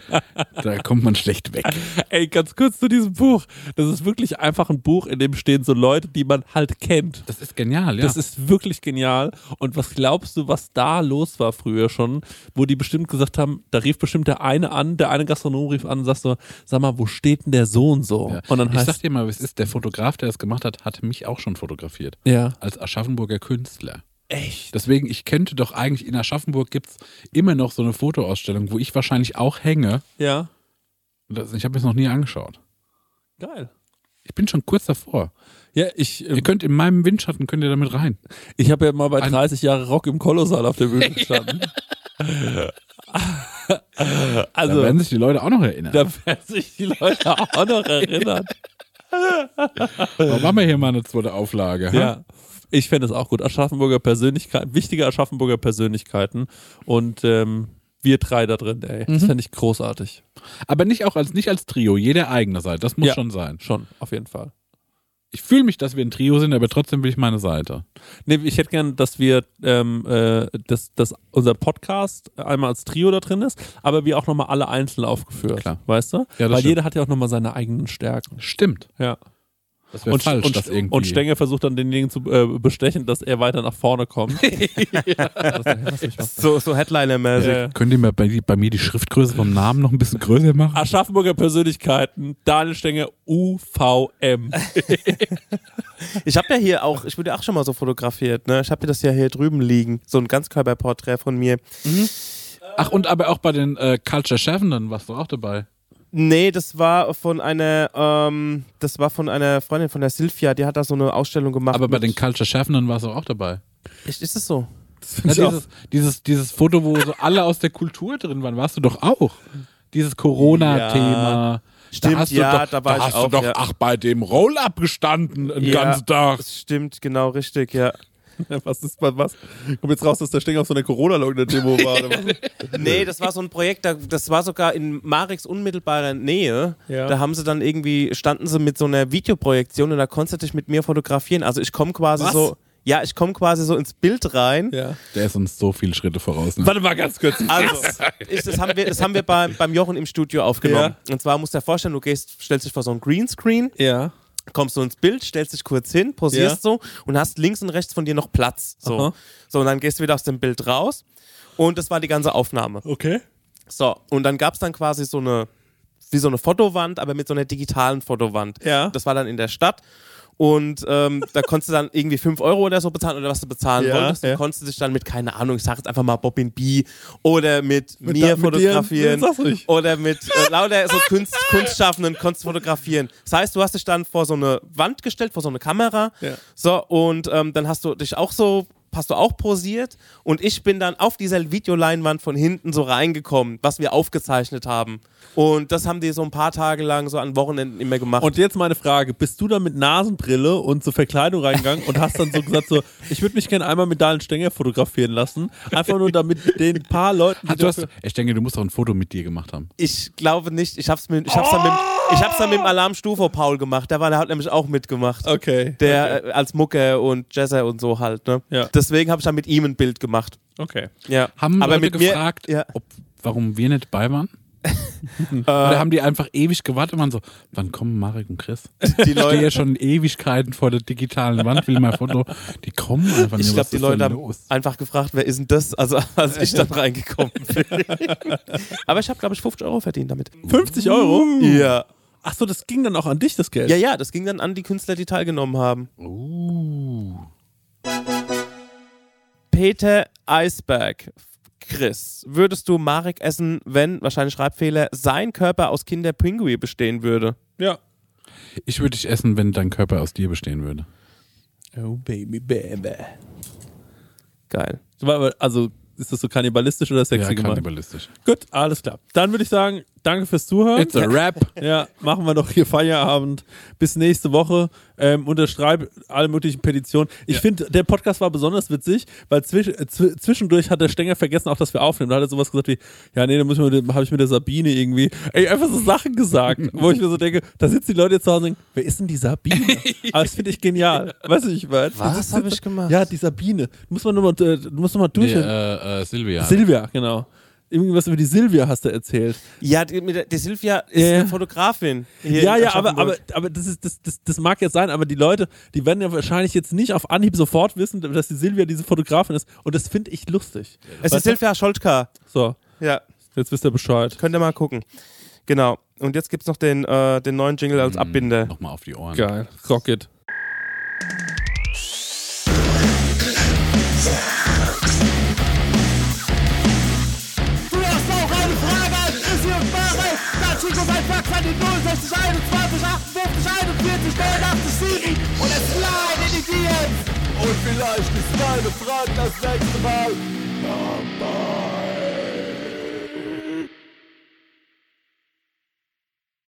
S2: da kommt man schlecht weg.
S1: Ey, ganz kurz zu diesem Buch. Das ist wirklich einfach ein Buch, in dem stehen so Leute, die man halt kennt.
S2: Das ist genial, ja.
S1: Das ist wirklich genial. Und was glaubst du, was da los war früher schon, wo die bestimmt gesagt haben, da rief bestimmt der eine an, der eine Gastronom rief an und sagt so, sag mal, wo steht denn der Sohn so?
S2: ja.
S1: Und dann
S2: ich sag
S1: heißt
S2: dir mal, es ist der Fotograf, der das gemacht hat, hat mich auch schon fotografiert.
S1: ja,
S2: Als Aschaffenburger Künstler.
S1: echt.
S2: Deswegen, ich könnte doch eigentlich, in Aschaffenburg gibt es immer noch so eine Fotoausstellung, wo ich wahrscheinlich auch hänge.
S1: Ja,
S2: Und Das, ich habe es noch nie angeschaut.
S1: geil.
S2: Ich bin schon kurz davor.
S1: Ja, ich, ähm,
S2: Ihr könnt in meinem Windschatten, könnt ihr damit rein.
S1: ich habe ja mal bei
S2: Ein-
S1: 30 Jahre Rock im Kolossal auf der Bühne gestanden.
S2: da
S1: also,
S2: werden sich die Leute auch noch erinnern.
S1: da werden sich die Leute auch noch erinnern.
S2: Warum machen wir hier mal eine zweite Auflage? ha?
S1: Ja. Ich fände es auch gut. Aschaffenburger Persönlichkeiten, wichtige Aschaffenburger Persönlichkeiten und ähm, wir drei da drin, ey. Das
S2: Mhm.
S1: fände ich großartig.
S2: Aber nicht auch als nicht als Trio, jeder eigene Seite. Das muss
S1: Ja.
S2: schon sein.
S1: Schon, auf jeden Fall.
S2: Ich fühle mich, dass wir ein Trio sind, aber trotzdem will ich meine Seite.
S1: Nee, ich hätte gern, dass wir, ähm, äh, dass, dass unser Podcast einmal als Trio da drin ist, aber wir auch nochmal alle einzeln aufgeführt.
S2: Klar.
S1: Weißt du?
S2: Ja, das
S1: Weil
S2: stimmt.
S1: jeder hat ja auch nochmal seine eigenen Stärken.
S2: Stimmt.
S1: Ja.
S2: Das wäre
S1: Und,
S2: falsch,
S1: und,
S2: das irgendwie.
S1: und Stenger versucht dann denjenigen zu äh, bestechen, dass er weiter nach vorne kommt. Das ist, hä, lass mich mal.
S3: So, so Headliner-mäßig.
S1: Äh,
S2: Also Könnt ihr mir bei, bei mir die Schriftgröße vom Namen noch ein bisschen größer machen?
S1: Aschaffenburger Persönlichkeiten, Daniel Stenger, UVM.
S3: Ich habe ja hier auch, ich wurde ja auch schon mal so fotografiert, ne? Ich habe das ja hier drüben liegen. So ein Ganzkörperporträt von mir.
S1: Ah.
S2: Ach, und aber auch bei den äh, Culture Chefenden warst du auch dabei.
S3: Nee, das war von einer, ähm, das war von einer Freundin von der Silvia, die hat da so eine Ausstellung gemacht.
S2: Aber bei
S3: mit-
S2: den Culture Chefenden warst du auch dabei.
S3: Echt, Ist es so?
S2: Na,
S1: ich auch-
S2: dieses, dieses, dieses Foto, wo so alle aus der Kultur drin waren, warst du doch auch. Dieses Corona-Thema.
S3: Stimmt,
S2: da hast
S3: ja,
S2: du doch,
S3: da war ich
S2: hast
S3: auch,
S2: du doch,
S3: ja.
S2: ach, bei dem Roll-Up gestanden den
S3: Ja.
S2: ganzen Tag.
S3: Das stimmt, genau richtig, ja.
S1: Was ist was? was? Kommt jetzt raus, dass der Stenger auf so einer Corona-Leugner-Demo war. Oder was?
S3: Nee, das war so ein Projekt, da- das war sogar in Mareks unmittelbarer Nähe.
S1: Ja.
S3: Da haben sie dann irgendwie, standen sie mit so einer Videoprojektion und da konntest du dich mit mir fotografieren. Also ich komme quasi
S1: Was?
S3: so, ja, ich komme quasi so ins Bild rein.
S1: ja.
S2: Der ist uns so viele Schritte voraus. Ne?
S1: Warte mal ganz kurz.
S3: Also, ich, das haben wir, das haben wir beim, beim Jochen im Studio aufgenommen. Und zwar musst du dir vorstellen, du gehst, stellst dich vor so ein Greenscreen,
S1: Ja.
S3: kommst du ins Bild, stellst dich kurz hin, posierst so und hast links und rechts von dir noch Platz. So.
S1: Aha.
S3: so, und dann gehst du wieder aus dem Bild raus. Und das war die ganze Aufnahme.
S1: Okay.
S3: So, und dann gab es dann quasi so eine, wie so eine Fotowand, aber mit so einer digitalen Fotowand.
S1: Ja.
S3: Das war dann in der Stadt. Und ähm, da konntest du dann irgendwie 5 Euro oder so bezahlen oder was du bezahlen
S1: Ja,
S3: wolltest. Du
S1: ja.
S3: konntest dich dann mit, keine Ahnung, ich sag jetzt einfach mal Bobbin B oder mit, mir
S1: da- mit dir?
S3: fotografieren
S1: Nee, sag's nicht.
S3: oder mit äh, lauter so Kunst, Kunstschaffenden konntest du fotografieren. Das heißt, du hast dich dann vor so eine Wand gestellt, vor so eine Kamera.
S1: Ja.
S3: So, und ähm, dann hast du dich auch so, hast du auch posiert und ich bin dann auf dieser Videoleinwand von hinten so reingekommen, was wir aufgezeichnet haben. Und das haben die so ein paar Tage lang so an Wochenenden immer gemacht.
S1: Und jetzt meine Frage: Bist du da mit Nasenbrille und zur Verkleidung reingegangen und hast dann so gesagt, so, ich würde mich gerne einmal mit Daniel Stenger fotografieren lassen? Einfach nur damit den paar Leuten. die
S2: Ah, Du hast,
S1: dafür-
S2: ich denke, du musst auch ein Foto mit dir gemacht haben.
S3: ich glaube nicht, ich hab's, mit, ich hab's, dann, mit, ich hab's dann mit dem
S1: Oh!
S3: Alarmstufe Paul gemacht, da war der hat nämlich auch mitgemacht.
S1: okay.
S3: Der äh, als Mucke und Jazzer und so halt, ne?
S1: Ja.
S3: Deswegen habe ich dann mit ihm ein Bild gemacht.
S1: okay.
S3: Ja.
S2: Haben
S3: aber
S2: Leute
S3: mit mir-
S2: gefragt,
S3: ja.
S2: ob, warum wir nicht bei waren?
S3: Äh.
S2: Oder haben die einfach ewig gewartet und waren so, wann kommen Marek und Chris?
S3: die
S2: Ich stehe ja
S3: Leute,
S2: schon Ewigkeiten vor der digitalen Wand, will mein Foto. Die kommen einfach nicht.
S3: ich glaube,
S2: Was
S3: die
S2: ist denn
S3: Leute haben
S2: los?
S3: einfach gefragt, wer ist denn das? Also als ich dann reingekommen bin. aber ich habe, glaube ich, 50 Euro verdient damit.
S1: 50 Euro?
S3: Ja.
S1: Achso, Uh. das ging dann auch an dich, das Geld.
S3: Ja, ja, das ging dann an die Künstler, die teilgenommen haben. Uh. Peter Eisberg. Chris, würdest du Marek essen, wenn, wahrscheinlich Schreibfehler, sein Körper aus Kinderpingui bestehen würde?
S1: ja.
S2: Ich würde dich essen, wenn dein Körper aus dir bestehen würde.
S1: Oh, Baby, Baby.
S3: Geil.
S1: Also, ist das so kannibalistisch oder sexy
S2: ja,
S1: gemeint?
S2: kannibalistisch.
S1: Gut, alles klar. Dann würde ich sagen, danke fürs Zuhören.
S2: It's a rap.
S1: Ja, machen wir noch hier Feierabend. Bis nächste Woche. Ähm, unterschreibe alle möglichen Petitionen. Ich finde, der Podcast war besonders witzig, weil zwisch, äh, zw zwischendurch hat der Stenger vergessen, auch dass wir aufnehmen. Da hat er sowas gesagt wie, ja, nee, da muss ich mit- habe ich mit der Sabine irgendwie. Ey, einfach so Sachen gesagt, wo ich mir so denke, da sitzen die Leute jetzt zu Hause und denken, wer ist denn die Sabine? Aber das finde ich genial. Weißt du, ich meine.
S3: Was
S1: Das ist-
S3: hab ich gemacht?
S1: Ja, die Sabine. Muss man nochmal, äh, du musst nochmal
S2: Nee,
S1: durch.
S2: äh, äh, Silvia.
S1: Silvia, genau. Irgendwas über die Silvia hast du erzählt.
S3: Ja, die, mit der- die Silvia ist
S1: Ja.
S3: eine Fotografin. hier
S1: ja,
S3: in
S1: ja, aber, aber,
S3: Aschaffenburg.
S1: aber das, ist, das, das, das mag jetzt sein, aber die Leute, die werden ja wahrscheinlich jetzt nicht auf Anhieb sofort wissen, dass die Silvia diese Fotografin ist. Und das finde ich lustig.
S3: Es ist
S1: Weißt du?
S3: Silvia Scholtka.
S1: So,
S3: Ja,
S1: jetzt wisst ihr Bescheid.
S3: könnt ihr mal gucken. Genau. Und jetzt gibt's noch den, äh, den neuen Jingle als Abbinder.
S2: Nochmal auf die Ohren.
S3: Genau.
S1: Geil. Rocket.
S5: Du hast auch eine Frage an Christian Barrett. Dann schick uns einfach an die 060 21 58 41 89 Siri und es slide in die DMs. Und vielleicht ist deine Frage das nächste Mal. Bye-bye.